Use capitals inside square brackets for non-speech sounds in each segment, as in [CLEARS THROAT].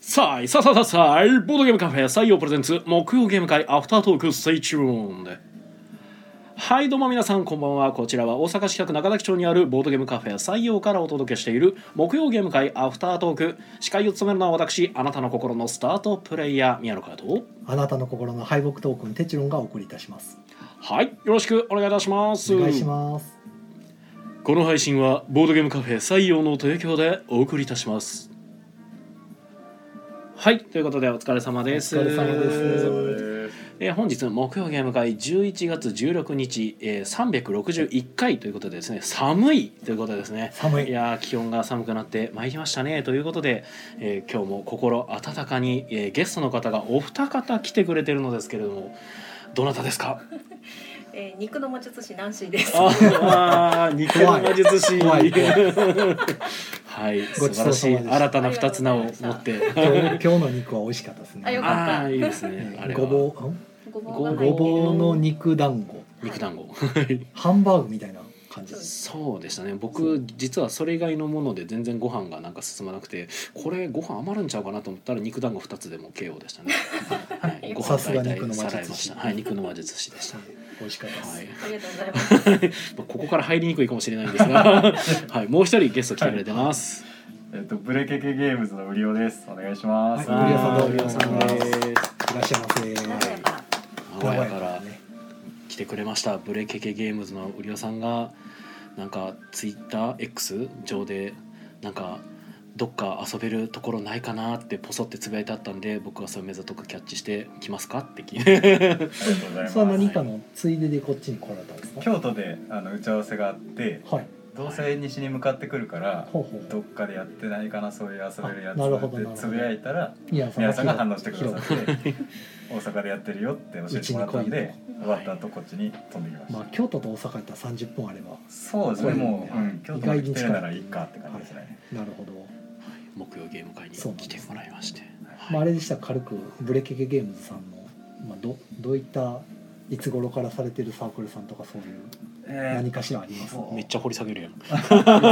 さあ、さあさあさあさあ、ボードゲームカフェ採用プレゼンツ、木曜ゲーム会アフタートーク、ステイチューンで。はい、どうも皆さん、こんばんは。こちらは大阪市北区中崎町にあるボードゲームカフェ採用からお届けしている、木曜ゲーム会アフタートーク。司会を務めるのは私、あなたの心のスタートプレイヤー、宮野和と。あなたの心の敗北トークンテチロンがお送りいたします。はい、よろしくお願いいたします。お願いします。この配信は、ボードゲームカフェ採用の提供でお送りいたします。はい、ということでお疲れ様です。お疲れ様ですえー本日木曜ゲーム会11月16日、えー、361回ということでですね寒いということでですね寒いい。やー気温が寒くなってまいりましたねということで、えー今日も心温かに、えーゲストの方がお二方来てくれてるのですけれどもどなたですかえー、肉の魔術師ナンシーです。ああー肉の魔術師怖い怖いはい素ご晴ちそうさまらでしいした新たな二つ名を持って今日 [LAUGHS] 今日の肉は美味しかったですあよねか。ったああーいいですねあれはごぼう、んごぼごうが入ごってる。ぼうの肉団子、肉団子ハンバーグみたいな感じです。そうでしたねそ僕う実はそれ以外のもので全然ご飯がなんか進まなくてこれご飯余るんちゃうかなと思ったら肉団子2つでも KO でしたね、はい、ごさす飯が大体肉の魔さ術師らいましたはい肉の魔術師でした、は美味しかったです。い、ありがとうございます。 [LAUGHS] まあここから入りにくいかもしれないんです [LAUGHS] が、はい、もう一人ゲスト来てくれてます、えっと、ブレケケゲームズのウリオです。お願いします。はいウリオさんどうも皆さんですいらっしゃいませ。名古屋から。名古屋からね。来てくれましたブレケケゲームズのうりおさんがなんかツイッター X 上でなんかどっか遊べるところないかなってポソってつぶやいてあったんで僕はそれめざとくキャッチして来ますかって聞いて [LAUGHS] ありがとうございます。それは何かのついででこっちに来られたんですか。京都であの打ち合わせがあって、はい。どうせ西に向かってくるから、ほうほどっかでやってないかな、そういう遊べるやあつなるほどなるっほどてつぶやいたら、う。宮野さん皆さんが広反応してくださって、大阪でやってるよって教えてもらったんでう、終わった後こっちに飛んできましまた。あ京都と大阪やったら30分あれば。そうですね、もう、うん、京都まで来てるならいいかって感はじですね。い。なるほど。木曜ゲーム会に来てもらいましてまあ、はあいれでしたら軽くブレケケゲームズさんの、まあ、どどういったいつ頃からされてるサークルさんとかそういうえ何ーかしらあります、そうめっちゃ掘り下げるやん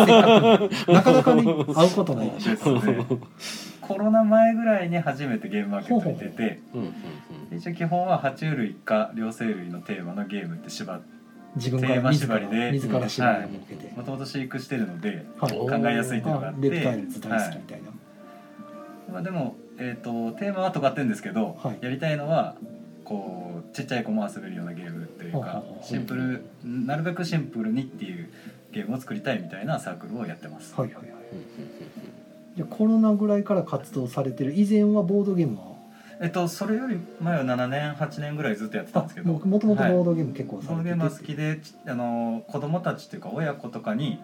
なかなかね会うことない [LAUGHS] そうですねコロナ前ぐらいに初めてゲームマーケットに出てうんうんうん一応基本は爬虫類か両生類のテーマのゲームって縛って自分からテーマ自縛らりで自ら縛りを設けて、もともと飼育してるので、はいお考えやすいっていうのがあっあてレプタイルズ大好きみたいな、まあ、でも、えー、とテーマは尖ってるんですけど、はいやりたいのはこうちっちゃい子も遊べるようなゲームっていうはかいシンプルなるべくシンプルにっていうゲームを作りたいみたいなサークルをやってます。はい、はいはいうんじゃあコロナぐらいから活動されてる以前はボードゲームはえっと、それより前は7年8年ぐらいずっとやってたんですけどももともとボはいードゲーム結構さボーれドてゲて、ームは好きでちあの子供たちっていうか親子とかに、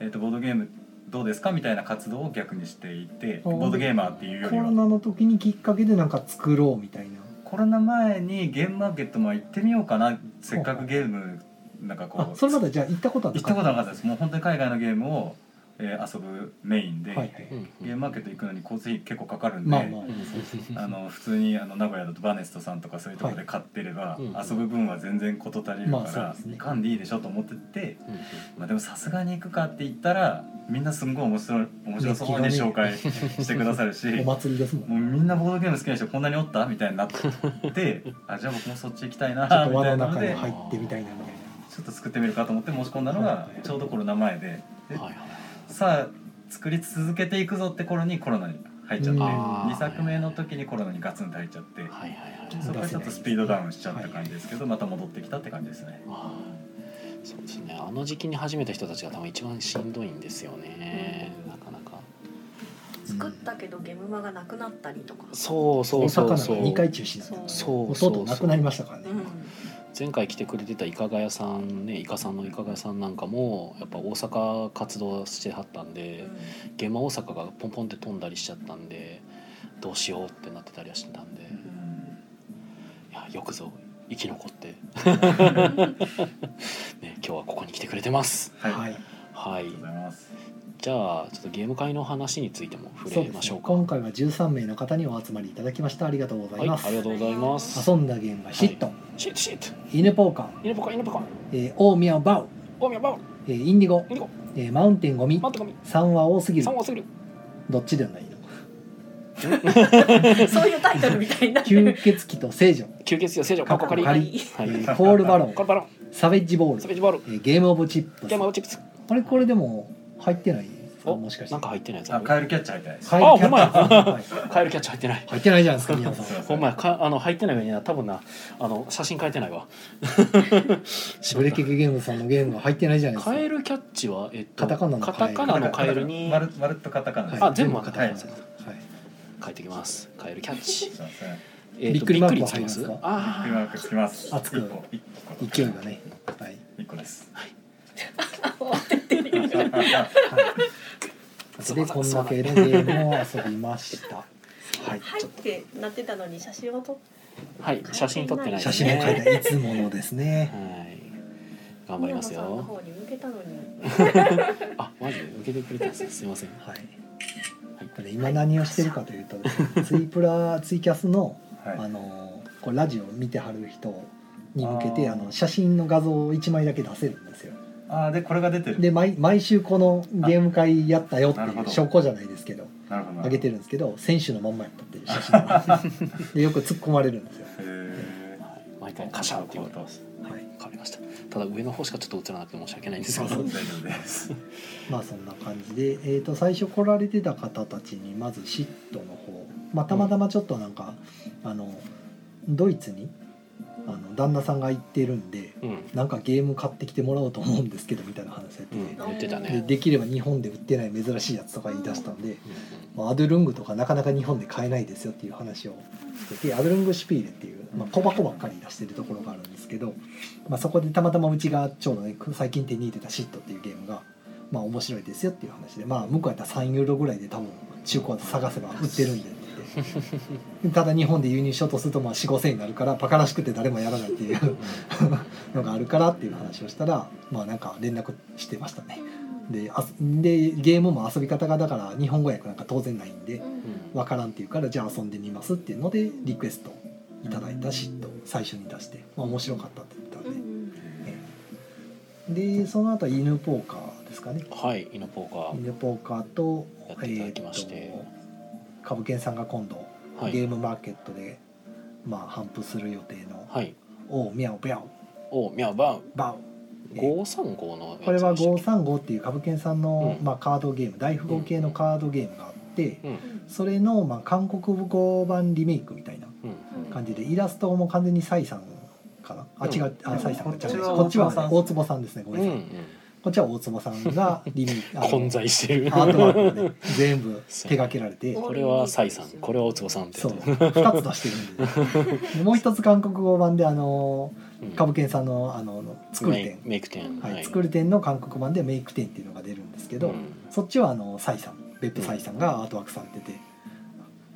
えー、とボードゲームどうですかみたいな活動を逆にしていてあーボードゲーマーっていうよコりロはナの時にきっかけでなんか作ろうみたいなコロナ前にゲームマーケットも行ってみようかなせっかくゲームなんかこあうそれま行でじゃあ行ったことはったことなかったですすもう本当に海外のゲームを、えー遊ぶメインで、はいはいうんうんゲームマーケット行くのに交通費結構かかるんで、まあまあ、あの普通にあの名古屋だとバネストさんとかそういうところで買ってれば、はいうんうん遊ぶ分は全然事足りるかまら、あそうですね行かんでいいでしょと思ってて。うんうんまあ、でもさすがに行くかって言ったらみんなすんごい面白い面白そうに熱気がね紹介してくださるし、 [LAUGHS] お祭りですもんもうみんなボードゲーム好きな人こんなにおったみたいに [LAUGHS] なってあじゃあ僕もそっち行きたいなみちょっとた輪いのなの中にで入ってみたいなみたいちょっと作ってみるかと思って申し込んだのがちょうどコロナ前でではいはいさあ作り続けていくぞって頃にコロナに入っちゃってうん2作目の時にコロナにガツンと入っちゃってはいはいはいそこでちょっとスピードダウンしちゃった感じですけどまた戻ってきたって感じですね。はいそうですねあの時期に始めた人たちが多分一番しんどいんですよね、なかなか作ったけどゲムマがなくなったりとか。そうなそうそうそお魚うが2回中止になったそうもうとうとうなくなりましたからねうん。前回来てくれてたイカガヤさんねイカさんのイカガヤさんなんかもやっぱ大阪活動してはったんで現場大阪がポンポンって飛んだりしちゃったんでどうしようってなってたりはしてたんでういんやよくぞ生き残って、ね、今日はここに来てくれてますはい、はありい、はいがとうございます。じゃあちょっとゲーム会の話についても触そうれでますしょねうか今回は13名の方にお集まりいただきましたありがとうございます、はい、ありがとうございます遊んだゲームはシットン、シットシット犬ポーカ犬ポカ犬ポカー、えー、大宮バウ、大宮バウえーインディゴ、インディゴえーマウンテンゴミマットゴミ3は多すぎる三はすぎるどっちでもないのそういうタイトルみたいになって吸る。血鬼と聖女吸血鬼聖女カッコカリ [LAUGHS] カはッいリカえーポール・バロンッコバロンサベッジボーサルベージボールえーゲーム・オブ・チップスゲームオブチップスあれこれでも入ってないおもしかしてなんか入ってないやつああるカエルキャッチャーみたいです入あほんまやはいカエルキャッチ入ってない入ってないじゃな [LAUGHS] いですか皆さんほんまやかあの入ってない上にな多分なあの写真変えてないわしまブっレたケケゲームズさんのゲームが入ってないじゃないですかカエルキャッチは、えっと、カタカナのカカエルタカナのカエルにまるまるっとカタカナですあ全部わかったはいはい書いてきます。カエルキャッ [LAUGHS] チ。すいませんえびっくりマークびはつけ入まりますすかあ今くつきます熱く一個一個勢いがねはい一個ですでこんだけのゲームを遊びましたはい入ってなってたのに写真を撮っあ、はい、写真撮ってない、ね。写真をは変えたいつものですねい。頑張り宮野ますさんのよ。方に向けたのに。あ、マジで受けてくれたんですね。すいません。はいこれ今何をしてるかというとツイプラツイキャスのはいあのこうラジオを見てはる人に向けてああーの写真の画像を1枚だけ出せるんですよあーでこれが出てるで毎毎週このゲーム会やったよっていあなるほうど証拠じゃないですけどなるほど上げてるるんですけど選手のまんまやったっていう写真が [LAUGHS] でよく突っ込まれるんですよ、へ毎回カシャンって言われてます。はい、わかりました。ただ上の方しかちょっと映らなくて申し訳ないんですそけうそどう。大丈夫ですまあそんな感じで、えー、と最初来られてた方たちにまずシットの方、まあ、たまたまちょっとなんか、あのドイツにあの旦那さんが行ってるんでうん。なんかゲーム買ってきてもらおうと思うんですけどみたいな話やってて、うん。言ってたでね。できれば日本で売ってない珍しいやつとか言い出したんで、まあ、アドゥルングとかなかなか日本で買えないですよっていう話をしててアドゥルングシュピーレっていう、まあ、小箱ばっかり出してるところがあるんですけど、まあ、そこでたまたまうちがちょうどね最近手に入れたシットっていうゲームが、まあ、面白いですよっていう話で、まあ、向こうやったら3ユーロぐらいで多分中古だと探せば売ってるんでって言ってただ日本で輸入しようとするとまあ4 5千円になるからバカらしくて誰もやらないっていう [LAUGHS] のがあるからっていう話をしたらまあなんか連絡してましたね。であすでゲームも遊び方がだから日本語訳なんか当然ないんで分からんっていうからじゃあ遊んでみますっていうのでリクエストいただいたシット最初に出して、まあ、面白かったって言ったんで、でその後は犬ポーカーですかねうん。はい、イノポーカー。犬ポーカーとやっていただきましてーと株券さんが今度、はゲーい。ムマーケットでまあ頒布する予定のはい。 「おうミャオビャオお、ミャバン。バウ」えー五三五のやつでしたっけ。これは535っていう株券さんの、うんまあ、カードゲーム大富豪系のカードゲームがあって、うん。それの、まあ、韓国語版リメイクみたいなうん。感じでイラストも完全にサイさんかなあうん違うあサイさんこっちはこっちは大大坪さんですねごめうんんなうさい、ん。こっちは大坪さんがリメイクあの混在してる。アートワーク [LAUGHS] をね全部手掛けられてこれはサイさん、これは大坪さんってそやうつ。 2つ出してる [LAUGHS] んででもう一つ韓国語版であのうん歌舞伎さんのあの作るメイ店、メイク店。はい、作る店の韓国版でメイク店っていうのが出るんですけど、うんそっちはあのサイさん別府サイさんがアートワークされてて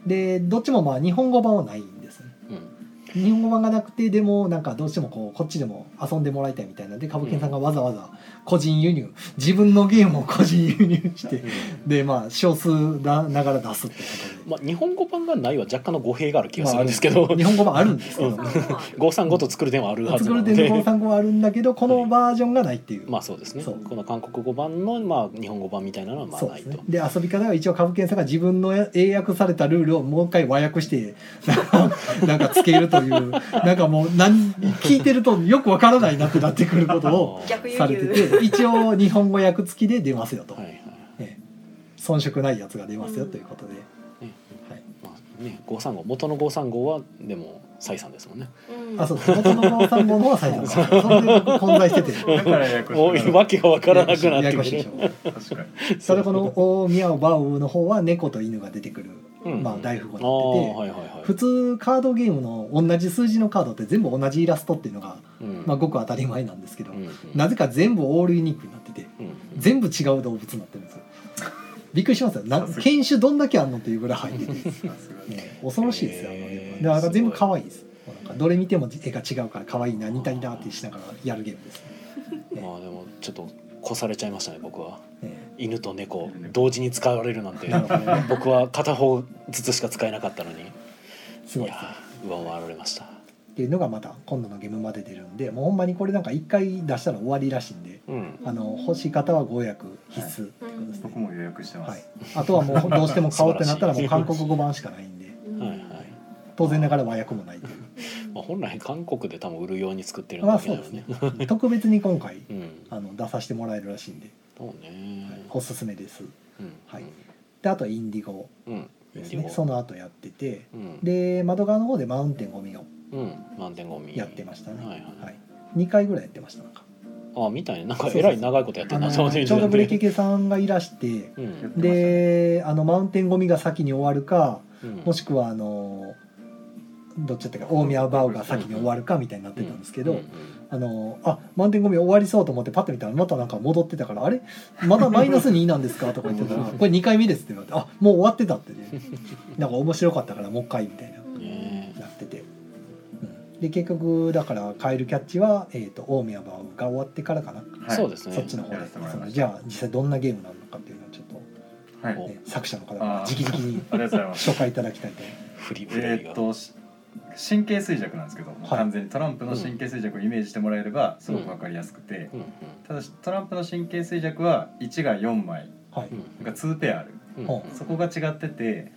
でどっちもまあ日本語版はないんですねうん日本語版がなくてでもなんかどうしてもこうこっちでも遊んでもらいたいみたいなんで歌舞伎さんがわざわざ個人輸入自分のゲームを [LAUGHS] 個人輸入してでまあ少数だながら出すってことまで、あ、日本語版がないは若干の語弊がある気がまあするんですけど、日本語版あるんですけど、うんう535と作る点はあるはず作なるのででの産後はあるんだけどこのバージョンがないっていう、まあそうですねそうこの韓国語版の、まあ、日本語版みたいなのはまあそうなでいすと、ねで遊び方は一応歌舞伎さんが自分の英訳されたルールをもう一回和訳して [LAUGHS] なんかなんかつけるというなんかもう何聞いてるとよくわからないなってなってくることをあー逆輸されて入。て一応日本語訳付きで出ますよと、はいはいええ遜色ないやつが出ますよということで、ねはいまあね、535元の535はでも蔡さんですもんね。あそうです元の農産物は最 [LAUGHS] 初のそれで混在しててだからややこしくもなるう訳が分からなくなやっやてこくしるいでし。ょ確かにただこの「おミャオバウ」の方は猫と犬が出てくる、うんまあ、大富あ豪あになってて、はいはいはい。普通カードゲームの同じ数字のカードって全部同じイラストっていうのが、うんまあ、ごく当たり前なんですけど、うんなぜか全部オールユニークになっててうん全部違う動物になってるんですよ [LAUGHS] びっくりしますよな犬種どんだけあんのっていうぐらい入っ [LAUGHS] てて。さすがにね恐ろしいですよ、あのゲームへはーであれ全部可愛いですなんかどれ見ても絵が違うから可愛いな似たりなってしながらやるゲームです、まあでもちょっと越されちゃいましたね僕は。ね、犬と猫同時に使われるなんてなる [LAUGHS] ほどね僕は片方ずつしか使えなかったのに。すごいいでやすよー上回られましたっていうのがまた今度のゲームまで出るんでもうほんまにこれなんか1回出したら終わりらしいんでうんあの欲しい方はご予約必須ってことです僕ね、も予約してはいます、あとはもうどうしても買おうってなったら素も晴うらしい韓国語版しかないんでうんはいはい当然ながら和訳もないというまあ、本来韓国で多分売るように作ってるんまあだけそどうですねね。特別に今回うん。あの出させてもらえるらしいんで、そうねはい。おすすめですうんはいであとはインディゴうん。ですねその後やっててうん。で窓側の方でマウンテンゴミをうん。満点ゴミ。やってましたねはいはい。はい、2回ぐらいやってましたなんかあ、みたいな、なんかえらい長いことやってあんのな。ちょそううどブレケキ。ケさんがいらしてうん。であのマウンテンゴミが先に終わるかうんもしくはあのどっちだったか大宮バウが先に終わるかみたいになってたんですけど、うんうんあのあ満点ゴミ終わりそうと思ってパッと見たらまたなんか戻ってたから「あれまだマイナス2なんですか?」とか言ってたら「これ2回目です」って言われて「あもう終わってた」ってねなんか面白かったからもう一回みたいなねなってて、うん、で結局だからカエルキャッチは、えー、と大宮バウが終わってからかな、はいそうですね。そっちの方やでらせてもらいそましたのじゃあ実際どんなゲームなのかっていうのをちょっはい、あと、りね、作者の方からあー直々 [LAUGHS] にがとうございます紹介いただきたいと思います。フリフリえーがっ。とし神経衰弱なんですけど、もう完全にトランプの神経衰弱をイメージしてもらえればすごく分かりやすくて、うんうんただしトランプの神経衰弱は1が4枚はいうんが2ペアあるうんほそこが違ってて、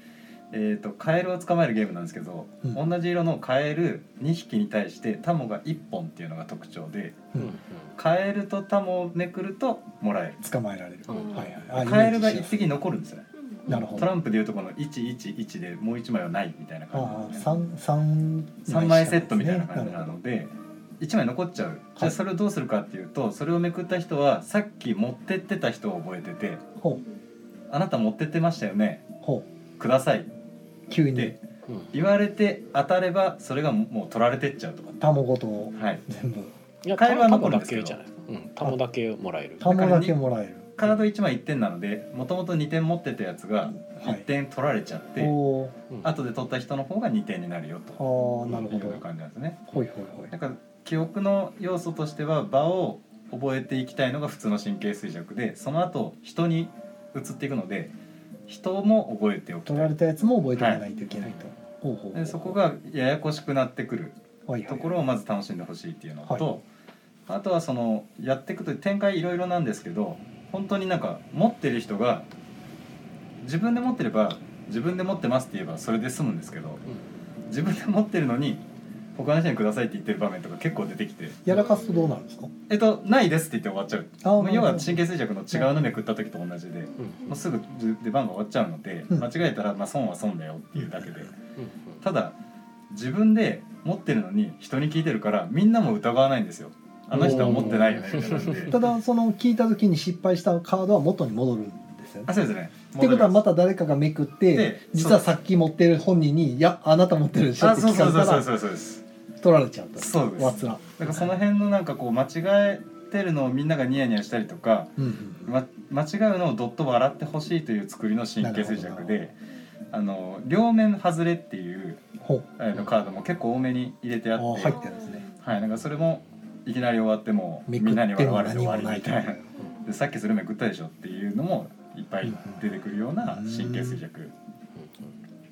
えー、とカエルを捕まえるゲームなんですけど、うん同じ色のカエル2匹に対してタモが1本っていうのが特徴でううんんうんカエルとタモをめくるともらえる捕まえられる、うんはいはいあイメージしやすいカエルが1匹残るんですよねうんなるほどトランプでいうとこの111でもう1枚はないみたいな感じなんあですね三三3枚セットみたいな感じなのでで1枚残っちゃうじはゃあいそれをどうするかっていうとそれをめくった人はさっき持ってってた人を覚えててすねなるほどほ「あなた持ってってましたよねうほください」う急にでうん言われて当たればそれがもう取られてっちゃうとか卵とはい全部いや、カエルはタモ残るだんですけけどじゃない。うん、タモだけもらえる。卵だけもらえるカード1枚1点なのでもともと2点持ってたやつがはい1点取られちゃって、おうん後で取った人の方が2点になるよとおああなるほいうどような感じなんですねほいほいほいなんか記憶の要素としては場を覚えていきたいのが普通の神経衰弱でその後人に移っていくので人も覚えておき取たらいれたやつも覚えておかないといけないと、ほうほうほうでそこがややこしくなってくるはいはいところをまず楽しんでほしいっていうのと、はあとはそのやっていくと展開いろいろなんですけど本当になんか持ってる人が自分で持ってれば自分で持ってますって言えばそれで済むんですけど自分で持ってるのに他の人にくださいって言ってる場面とか結構出てきてやらかすとどうなるんですかえっと、ないですって言って終わっちゃう。あもなうる要ほどは神経衰弱の違うのめくった時と同じで、うんもうすぐ出番が終わっちゃうので、うん間違えたらまあ損は損だよっていうだけで。うんうんただ自分で持ってるのに人に聞いてるからみんなも疑わないんですよ。あの人は持ってないよねみたいなんでた。だその聞いた時に失敗したカードは元に戻るんですよねあ、そうですね。ってことはま戻た誰かがめくってで実はさっき持ってる本人に「いやあなた持ってるでしりょ」まってすあ、そ聞うそかうれたそうそらうそうそうです。取られちゃうとそうですわつらだからその辺のなんかこう間違えてるのをみんながニヤニヤしたりとか、うんうんま、間違うのをどっと笑ってほしいという作りの神経衰弱なであの両面外れっていうほうあのカードも結構多めに入れてああっーて、入はっいてるんですねなんかそれもいきなり終わってもめみくんなにって笑もわれて終何わもりないみとたかいなでさっきそれめくったでしょっていうのもいっぱい出てくるような神経衰弱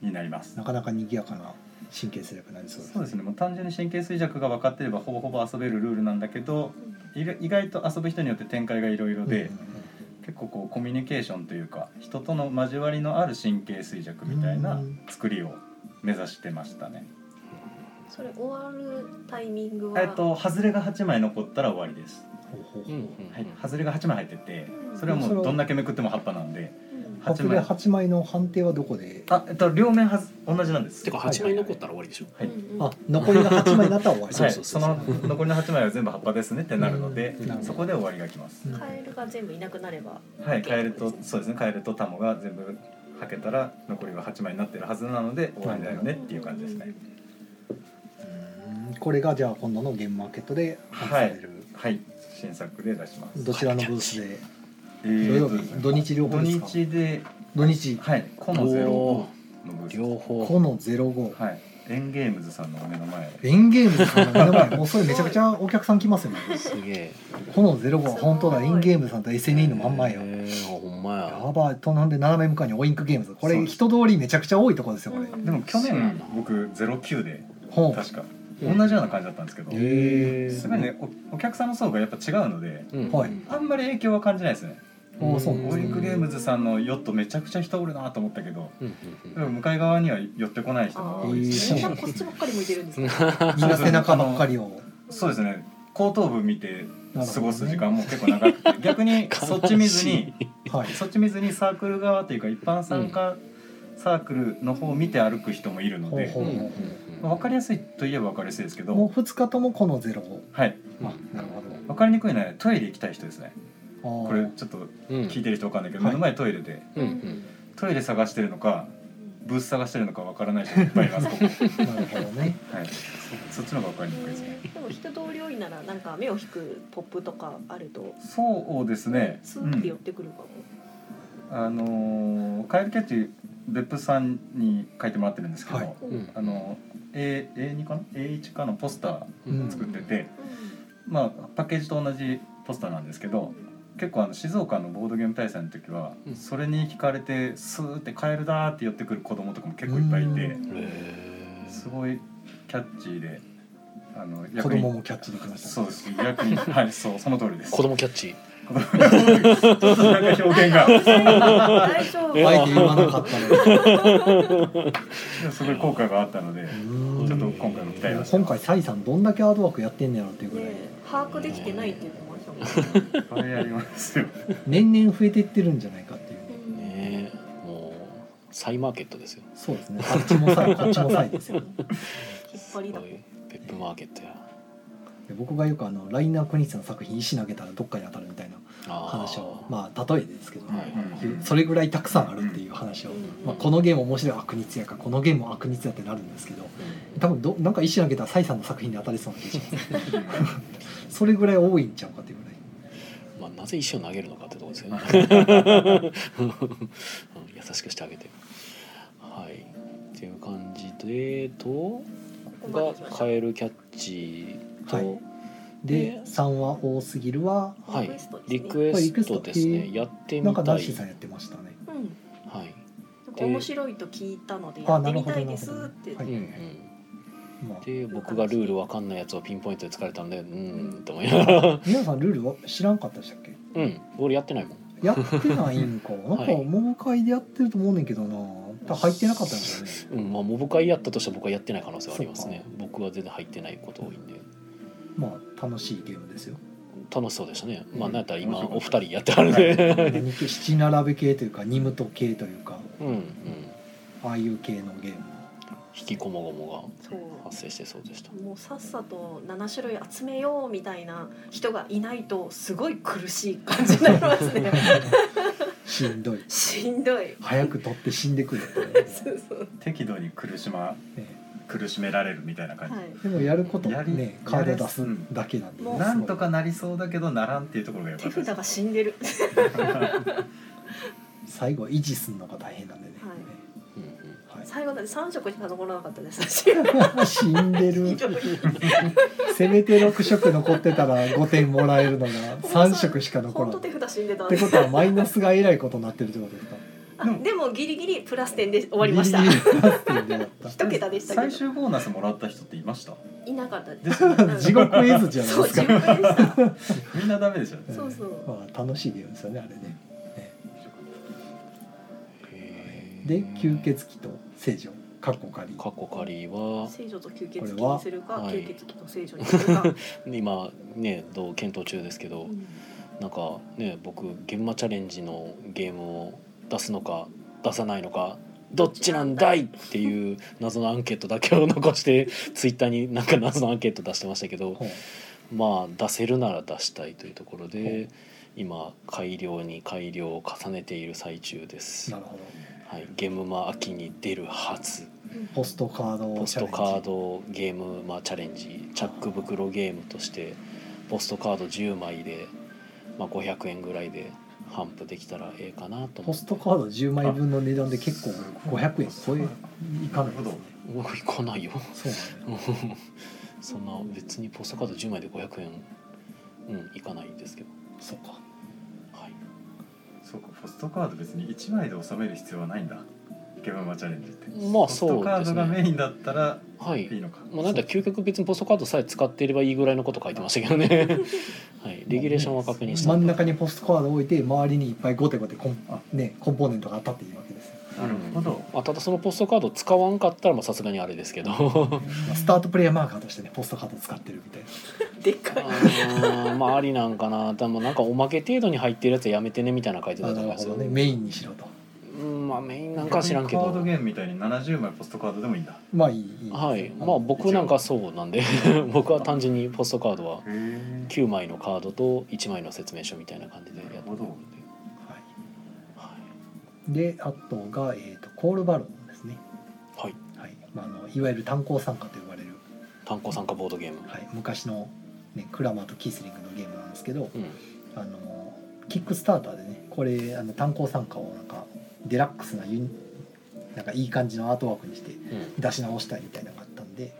になりますな。かなか賑やかな神経衰弱になりそうですそうですねもう単純に神経衰弱が分かってればほぼほぼ遊べるルールなんだけどいろ意外と遊ぶ人によって展開がいろいろで、うんうんうん結構こうコミュニケーションというか人との交わりのある神経衰弱みたいな作りを目指してましたね。それ終わるタイミングはえっと、外れが8枚残ったら終わりです。ほうほううんうんうんはい、外れが8枚入ってて、うんそれはもうどんだけめくっても葉っぱなんで。うん外れ8枚の判定はどこであ、えっと、両面はず、同じなんです。てかはい八枚残ったら終わりでしょ。はいうんうんあ残りが8枚になったら終わりそはうい、そうそそうの残りの8枚は全部葉っぱですねってなるのでうんなるほ、どそこで終わりがきます。うんカエルが全部いなくなればはい、カエルとう、んそうですね、カエルとタモが全部。はけたら残りが8枚になってるはずなので終わりだよねっていう感じですね。うんこれがじゃあ今度のゲームマーケットで販売される、はい、新作で出します。どちらのブースでえ土ー曜と日ですね土日両方ですか土日で、土日はい、このゼおローのブースです両方この05はい、エンゲームズさんのお目の前。エンゲームズさんの目の前もうそれめちゃくちゃお客さん来ますよねすげえ。この05は本当だエンゲームズさんと SNE のまんまよへーほんまやや。ばいとなんで斜め向かいにオインクゲームズこそれう人通りめちゃくちゃ多いとこですよこれうんでも去そうな年の僕ゼロ九でほう確かうん同じような感じだったんですけど、へすごいねおお客さんの層がやっぱ違うのでうんはいあんまり影響は感じないですねおーそうなんオですリねンクゲームズさんのヨットめちゃくちゃ人おるなと思ったけどうんでも向かい側には寄ってこない人あがあ、多いし、みんなこっちばっかり向いてるんでうすんね。みんな背中ばっかりをそうですね後頭部見て [LAUGHS] 過ごす時間も結構長く [LAUGHS] て、逆にそっち見ずにはいそっち見ずにサークル側というか一般参加サークルの方を見て歩く人もいるので、ほうほうまあ分かりやすいといえば分かりやすいですけもうど、 2日ともこのゼロをはい、あなるほ分かりにくいのはトイレ行きたい人ですねどこあれーちょっとうん聞いてる人分かんないけど、はい目の前トイレでうんうんトイレ探してるのかブース探してるのか分からない人いっぱいいますここ、なるほど [LAUGHS] ねはい、そそっちの方が分かりにくいですねでも人通り多いならなんか目を引くポップとかあるとそうですね、スうーって寄っん、てくるかも。あのーカエルキャッチ別府さんに書いてもらってるんですけど、はいうんあの A A2 かな A1 かのポスターうん作ってて、まあ、パッケージと同じポスターなんですけど結構あの静岡のボードゲーム大祭の時は、うんそれに惹かれてスーって「カエルだ!」って寄ってくる子供とかも結構いっぱいいてうんへすごいキャッチーであの子に供もキャッチできましたそうです役にはいそうその通りです子供キャッチ子供ちょっとなんか表現が大丈 [LAUGHS] 夫。あえて言わなかったのにでもすごい効果があったのでうちょーっんと今回も期待はして今ま回すサイさんどんだけアートワークやってんねやろっていうぐらいね把握できてないって言ってましたもん。これやりますよ年々増えていってるんじゃないかっていうねえもうサイマーケットですよそうです [LAUGHS] ねあっちもサイこっちもサイですよ引っ張りだこ。ペップマーケットやで僕がよくあのラインナー・クニッツの作品石投げたらどっかに当たるみたいなあー話をまあ例えですけど、はいうんそれぐらいたくさんあるっていう話を、まあ、このゲーム面白い悪日やからこのゲームも悪日やってなるんですけど多分どなんか石投げたらサイさんの作品に当たりそうな気がし [LAUGHS] ますそれぐらい多いんちゃうかっていうぐらいまあ、なぜ石を投げるのかってとこですよね。うん [LAUGHS] 優しくしてあげて。はい。っていう感じで、えっと、ここまでが行きましカょう。エルキャッチと、はいで「3は多すぎる」ははいリクエストですねリクエストですこれリクエスね。トやってなんみかた男い子。さんやってましたねうん。はい。なんか面白いと聞いたのであやってみたいですって。なるほどなるほどはうんいうん。まあで、僕がルールわかんないやつをピンポイントで疲れたんで、うーんと思いながら。皆さんルールは知らんかったでしたっけうん、俺やってないもん。やってないんかなんかはい盲会でやってると思うねんけどな多分入ってなかったんですよねうん、まあ、モブ会やったとしても僕はやってない可能性はありますね。僕は全然入ってないこと多いんで。まあ楽しいゲームですよ楽しそうでしたね。まあ、なんやったら今面お白二かった人やってはるんで。何系七並べ系というかニムト系というか [LAUGHS] うんうん、ああいう系のゲーム引きこもごもそう。が発生してそうでした。もうさっさと7種類集めようみたいな人がいないとすごい苦しい感じになります [LAUGHS] ねしんどいしんどい早く取って死んでくれって、そうそう適度に苦しまね苦しめられるみたいな感じ、はいでもやることはやりねカード出すだけなんで、もうなんとかなりそうだけどならんっていうところが良か手ったです札が死んでる最後維持するのが大変なんでね、うんはい最後だって3色しか残らなかったです [LAUGHS] 私死んでる [LAUGHS] ひどいせめて6色残ってたら5点もらえるのが3色しか残ほらんないとって手札死んでたんでことはマイナスがえらいことになってるってことですかあでもギリギリプラス点で終わりましたギリギリ出す点でやっ一桁でしたけ最ど終ボーナスもらった人っていま [LAUGHS] したいなかったでですすよね [LAUGHS] た地獄絵図じゃないそでうす自か分でしたみんなダメでしたねそうそうまあ、楽しいゲームですよねあれねへーで吸。血鬼と聖女カッコ仮過去仮は聖女と吸血鬼これはにするかはい吸血鬼と聖女にするか、今ねどう検討中ですけど、うんなんかね僕現場チャレンジのゲームを出すのか出さないのか。どっちなんだいっていう謎のアンケートだけを残して [LAUGHS] ツイッターになんか謎のアンケート出してましたけどほうまあ出せるなら出したいというところで今改良に改良を重ねている最中です。なるほどはい、ゲームマ秋に出るはずポストカードポストカーチドゲームマチャレンジチャック袋ゲームとしてポストカード10枚で、まあ、500円ぐらいで頒布できたらええかなとャレンジポ思ストカード10枚分の値段で結構500円超えいかないですねうわ行かないよ [LAUGHS] そうなんだそんな別にポストカード10枚で500円うんいかないんですけど、そうかはい、そうかポストカード別に1枚で収める必要はないんだゲームマチャレンジってまあソフそトうカーでドすがメねインだったらはいいいのかまあ、なんだ究極別にポストカードさえ使っていればいいぐらいのこと書いてましたけどね、はい、レギュレーションは確認した真ん中にポストカードを置いて周りにいっぱいゴテゴテコン,あ、ね、コンポーネントが当たっていいわけですよ、なるほどまあ、ただそのポストカード使わんかったらまあさすがにあれですけどあまあ、スタートプレイヤーマーカーとしてねポストカードを使ってるみたいなでっか [LAUGHS] いーまあありなんかなでもなんかおまけ程度に入ってるやつはやめてねみたいなの書いてたあと思いまなるほすよど、ねメインにしろとうんまあメインなんかは知らんけどカードゲームみたいに70枚ポストカードでもいいんだへまあいいいいはいまあ僕なんかそうなんで [LAUGHS] 僕は単純にポストカードはえ9枚のカードと1枚の説明書みたいな感じでやってるんで、はいはであとが、えー、とコールバロンですね、い、はい、はいまあ、あのいわゆる炭鉱参加と呼ばれる、単行参加ボードゲーム、はい、昔の、ね、クラマーとキースリングのゲームなんですけど、うん、あのキックスターターでねこれあの炭鉱参加をなんかデラックスなユニなんかいい感じのアートワークにしてうん、出し直したいみたいなのがあったんで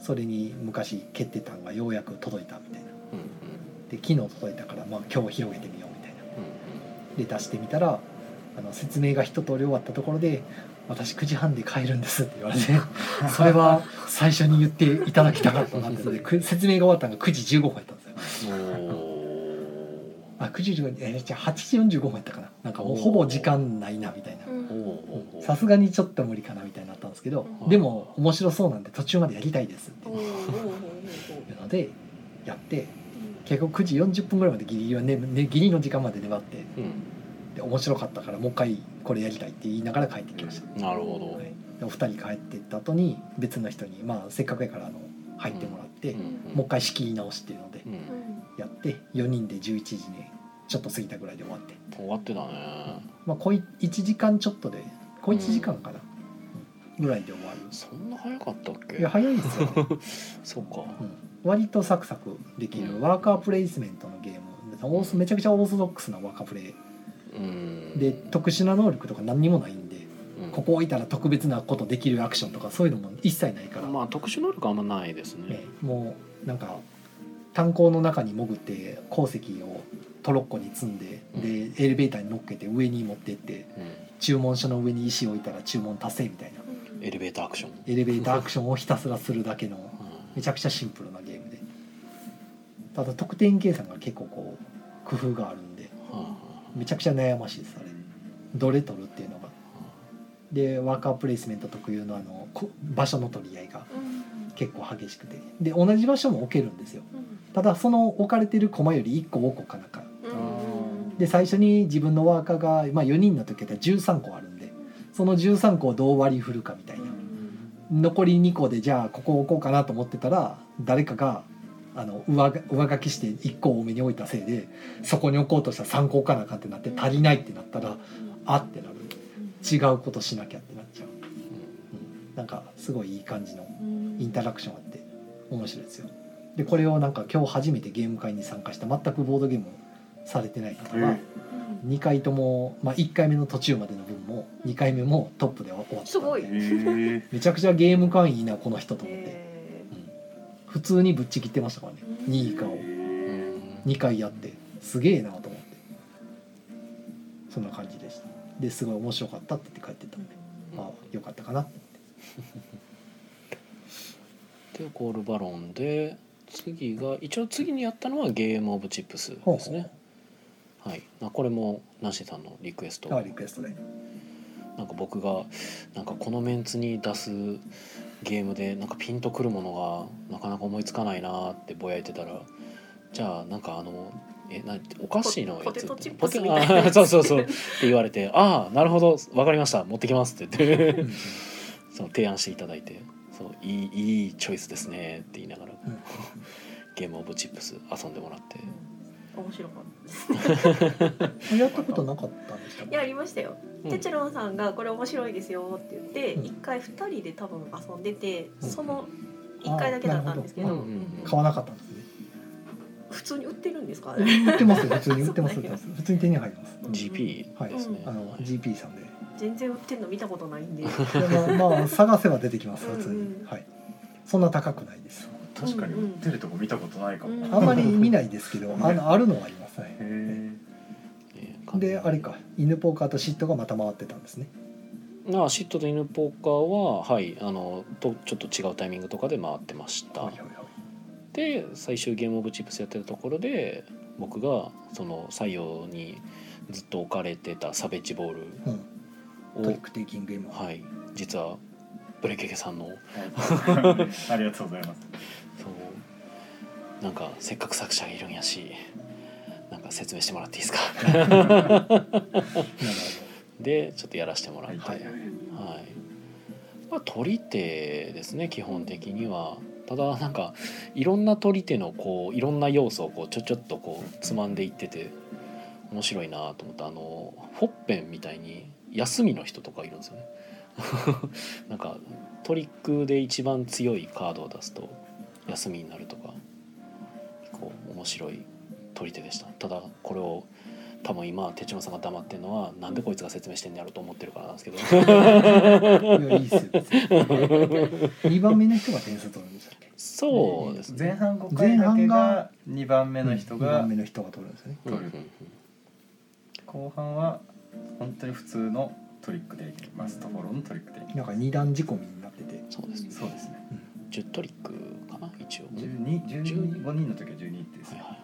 それに昔蹴ってたんがようやく届いたみたいなうんで昨日届いたからまあ今日広げてみようみたいなうんで出してみたらあの説明が一通り終わったところで「私9時半で帰るんです」って言われてそれは最初に言っていただきたかったなってのでく説明が終わったのが9時15分やったんですようんあ9時15分えーじゃあ8時45分やったかななんかもうほぼ時間ないなみたいなう。んおーおーおーさすがにちょっと無理かなみたいになったんですけど、うんでも面白そうなんで途中までやりたいですっておーおーおいーおーうのでやって結局9時40分ぐらいまでギリギリはねねギリの時間まで粘ってうんで面白かったからもう一回これやりたいって言いながら帰ってきました、なるほどはい、でお二人帰ってった後に別の人に、まあ、せっかくやからあの入ってもらって、うんもう一回仕切り直しっていうのでううんんやって4人で11時にちょっと過ぎたぐらいで終わって、終わってたねまあ、小い1時間ちょっとで小1時間かな、うんぐらいで終わるそんな早かったっけいや早いですよ [LAUGHS] ねそうか割とサクサクできうんるワーカープレイスメントのゲームオーソめちゃくちゃオーソドックスなワーカープレイうんで特殊な能力とか何にもないんでうんここ置いたら特別なことできるアクションとかそういうのも一切ないから、まあ特殊能力あんまないですねね、もうなんか炭鉱の中に潜って鉱石をトロッコに積んででエレベーターに乗っけて上に持ってってうん注文書の上に石置いたら注文達成みたいなエレベーターアクションエレベーターアクションをひたすらするだけのうめちゃくちゃシンプルなゲームでただ得点計算が結構こう工夫があるんでんはめちゃくちゃ悩ましいですあれどれ取るっていうのがでワーカープレイスメント特有のあのこ場所の取り合いが結構激しくてで同じ場所も置けるんですよただその置かれてる駒より1個多く置かなあかんで最初に自分のワーカーが、まあ、4人の時だったら13個あるんでその13個をどう割り振るかみたいな残り2個でじゃあここ置こうかなと思ってたら誰かがあの上書上書きして1個多めに置いたせいでそこに置こうとしたら3個置かなあかんってなって足りないってなったらあってなる違うことしなきゃってなっちゃう、うん、なんかすごいいい感じのインタラクションあって面白いですよでこれをなんか今日初めてゲーム会に参加した全くボードゲームをされてない方がえ2回とも、まあ、1回目の途中までの分も2回目もトップで終わったんですごいえーめちゃくちゃゲーム感いいなこの人と思って、えうん普通にぶっちぎってましたからねうん2位以下をえ2回やってすげえなと思ってそんな感じでしたですごい面白かったって言って帰ってたんで、うんまあよかったかなでコールバロンで次が一応次にやったのはゲームオブチップスほうですねはいなこれもナンシーさんのリクエストあリクエストでなんか僕がなんかこのメンツに出すゲームでなんかピンとくるものがなかなか思いつかないなーってぼやいてたらじゃあなんかあのえなお菓子のやつポテトチップスみたいなポテあーそう [LAUGHS] そうそうって言われてああなるほどわかりました持ってきますって言 [LAUGHS] ってうんその提案していただいてそういいいいチョイスですねって言いながら、うんゲームオブチップス遊んでもらって面白かったですやったことなかったんでしたっいやありましたようんテチロンさんが「これ面白いですよ」って言ってうん一回二人で多分遊んでてうんその一回だけだったんですけあどなるほどうんうんうん買わなかったんですね普通に売ってるんですか売ってますよ普通に売ってます売ってます普通に手に入ります GP はいですね、うんあのはい GP さんで全然売ってんの見たことないんででまあまあ探せば出てきます普通うんうにんはいそんな高くないです [LAUGHS] 確かに売ってるとこ見たことないかも、うんへあんまり見ないですけどあのあるのはありますねええーであれか犬ポーカーとシットがまた回ってたんですねうああシットと犬ポーカーははいあのとちょっと違うタイミングとかで回ってました、はいはいはいで最終ゲームオブチップスやってるところで僕がその採用にずっと置かれてたサベッジボールうん、トをリックテイキングゲームははい実はブレケケさんのありがとうございますそうなんかせっかく作者がいるんやしなんか説明してもらっていいですか [LAUGHS] なるでちょっとやらせてもらって、ははいいはまあ、取り手ですね基本的にはただなんかいろんな取り手のこういろんな要素をこうちょちょっとこうつまんでいってて面白いなと思ったあのホッペンみたいに休みの人とかいるんですよね [LAUGHS] なんかトリックで一番強いカードを出すと休みになるとか結構面白い取り手でしたただこれを多分今手島さんが黙ってるのはなんでこいつが説明してんのやろうと思ってるからなんですけどほどいやいいっすよ別に二番目の人が点数取るんでしたっけそうですね前半5回だけが2番目の人二が番目の人が取るんですよねうんうん後半は本当に普通のトリックでいきますところのトリックでいきまなんか二段仕込みになっててそうですねすそうですね10トリックかな一応は12 12 5人の時は12ってですいねは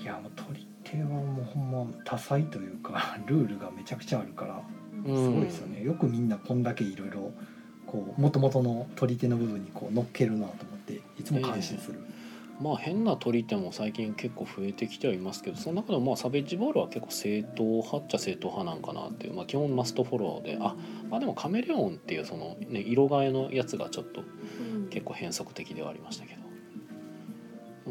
いやもう取り手はもうほんま多彩というか [LAUGHS] ルールがめちゃくちゃあるからいすごいですよね、よくみんなこんだけいろいろこう元々の取り手の部分にこう乗っけるなと思っていつも感心する、まあ変な取り手も最近結構増えてきてはいますけどその中でもまあサベッジボールは結構正統派っちゃ正統派なんかなっていう、まあ、基本マストフォローであまあでもカメレオンっていうその、ね、色替えのやつがちょっとうん結構変則的ではありましたけど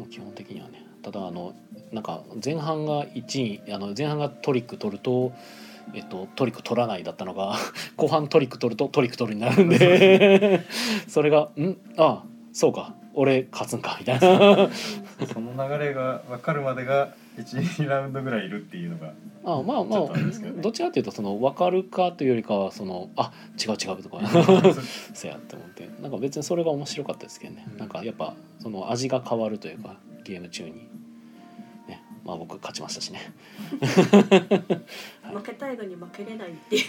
でも基本的にはねただあのなんか前半が1位あの前半がトリック取ると、えっと、トリック取らないだったのが [LAUGHS] 後半トリック取るとトリック取るになるんでそれが「んあそうか俺勝つんか」みたいなその流れが分かるまでが12ラウンドぐらいいるっていうの [LAUGHS] があまあまちょっとあれですけどあねどちらかというとその分かるかというよりかはその「あ違う違う」とかせやって思ってなんか別にそれが面白かったですけどね、うんなんかやっぱその味が変わるというかゲーム中に、ね、まあ僕勝ちましたしね負けたいのに負けれないっていう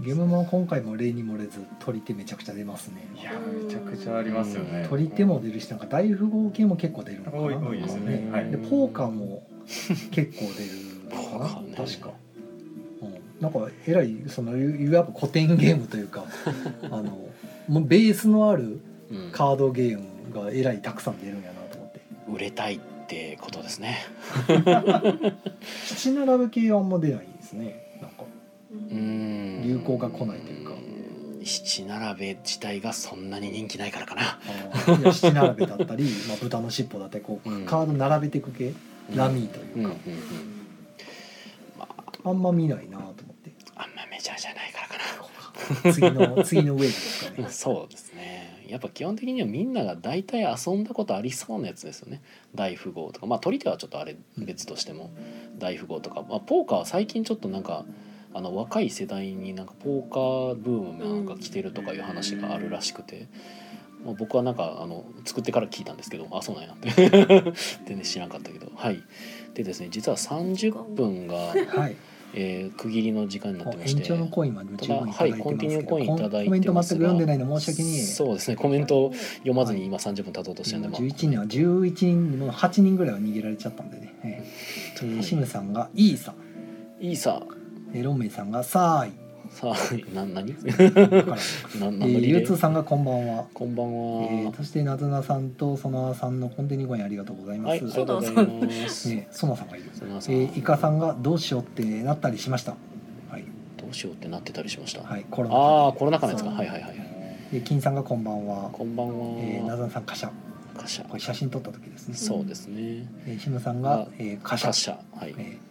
ゲームも今回も例に漏れず取り手めちゃくちゃ出ますねいやめちゃくちゃありますよね取り手も出るしなんか大富豪系も結構出るのかな多い多いですよねはいでポーカーも結構出るのポかーカーねな確か、うん、なんかえらいそのいわば古典ゲーム [LAUGHS] というかあのもうベースのあるうんカードゲームがえらいたくさん出るんやなと思って売れたいってことですね七並べ系はあんま出ないですねなんかうーん流行が来ないというかうん七並べ自体がそんなに人気ないからかなあのいや七並べだ [LAUGHS] ったり、まあ、豚の尻尾だったりこう、うんカード並べていく系、ラミーとういんううんうか、んあんま見ないなと思ってあんまメジャーじゃないからかなこうか次の次のウェーブですかうねんそうですねやっぱ基本的にはみんなが大体遊んだことありそうなやつですよね大富豪とかまあ取り手はちょっとあれ別としても大富豪とか、まあ、ポーカーは最近ちょっとなんかあの若い世代になんかポーカーブームなんか来てるとかいう話があるらしくて、まあ、僕はなんかあの作ってから聞いたんですけどあそうなんやって [LAUGHS] 全然知らんかったけどはいでですね実は30分が、 [LAUGHS] はいえー区切りの時間になってまし延て長のコインまでも十分いただいてますけど、はいコンティニューコインいただいてますがコメント全く読んでないの申し訳にそうですねコメントを読まずに今30分経とうとしてるんで、まあ11人は11人の8人ぐらいは逃げられちゃったんでね、ええとシムさんが「いいさいいさ」えロンメイさんが「[LAUGHS] さーい [LAUGHS] さあな何」 [LAUGHS] なだから、え何のー、リゆレうつーーさんが「こんばんは」こんばえんはー、、そしてなずなさんとそのあさんのコンティニューコインありがとうございまはいあす、りがねとうございます、そなさんがいる、そのえさんー、イカさんが「どうしよう」ってなったりしましたはい、どうしようってなってたりしました、はい、コロナああ禍コロナ禍のやつかそうはいはいはいでえー金さんが「こんばんは」こんばんは、えー、なずなさん「カシャ」カシャこれ写真撮った時ですねそうですねえーシムさんがあ「えー、カシャカ」シャはいえー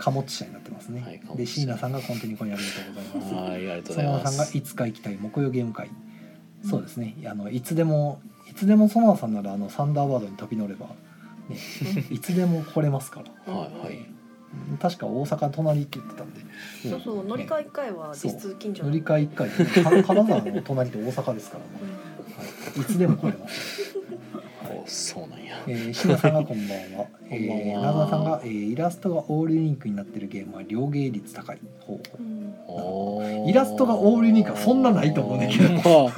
貨物車になってますね、はい貨物車で椎名さんがコンテニコにありがと [LAUGHS] うございまはすいありがとうござい園ま田さんが「すいつか行きたい木曜ゲーム会」そうですねあのいつでもいつでも園田さんならあのサンダーバードに飛び乗れば、 [LAUGHS] ね、いつでも来れますから、はいはいうん確か大阪隣って言ってたんでうんそうそう乗り換え一回は実質近所乗り換え一回で金沢の隣って大阪ですからね、はい、いつでも来れます大そうなんやえー、島さんがこんばんは。えこんばんはー、長澤さんが、えー、イラストがオールユニークになってるゲームは両芸率高い。ほううんおーイラストがオールユニークはそんなないと思うねんけどまあまあ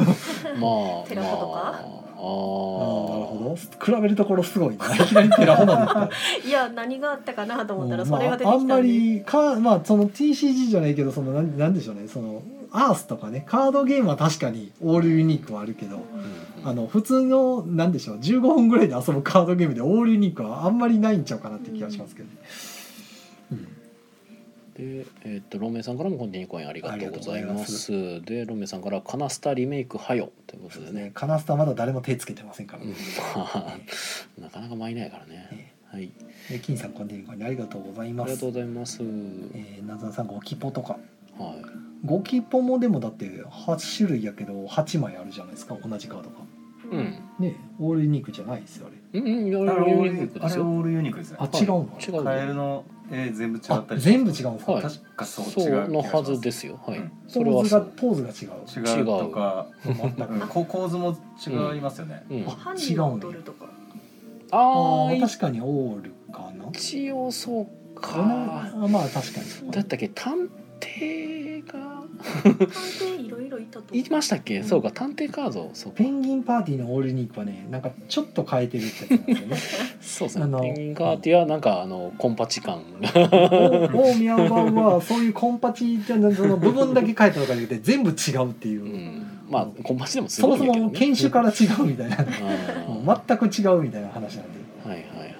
テラフォとかまああーなるあほど。比べるところすごいな。いきなりテラフォまで行った。いや何があったかなと思ったらうんそれが出てまあ、あきんたまんで、りかまあその TCG じゃないけどそのなんなんでしょうねそのアースとかねカードゲームは確かにオールユニークはあるけど、ーうんあの普通のなんでしょう15分ぐらいで遊ぶカードゲームでオールユニークはあんまりないんちゃうかなって気がしますけど、ねで、えーっとロンメイさんからもコンティニューコインありがとうございます。で、ロンメイさんからカナスタリメイクはよということうでんね。カナスタまだ誰も手つけてませんから、うんねまあなかなか舞いないからね。はい、え金さんコンティニューコインありがとうございあまりがすとうございます。えー、なずなさんゴキポとかはい。ゴキポもでもだって8種類やけど8枚あるじゃないですか同じカードがううんん、ねオールユニークじゃないですよあれうん、うん、いやあオれールオユニーークルであすれよ。オールユニークですねあ違うの違うの。カエルの絵全部違ったあり全部違うんですか、はい確かそうそ違ううの気がしまはずですよ。はい。うんポそれーはズそがう。ポーズが違う違うとかうん全くこ構図も違いますよね、うん、あ犯違人うをんだ踊るとかああーー、確かにオールかな一応そうかなか。あまあ確かにだったっけ探偵が探偵いろいろいたといましたっけ、うんそうか探偵カードそうかペンギンパーティーのオールユニークはねなんかちょっと変えてるってやつなんですよ [LAUGHS] ねそうですあねのペンギンカーティアなんかあのコンパチ感がお大宮版はそういうコンパチじゃなその部分だけ変えたとかじゃなくて全部違うっていう、うんまあコンパチでもすそごもいそんやけどもね犬種から違うみたいな、うんもう全く違うみたいな話なんではいはいはい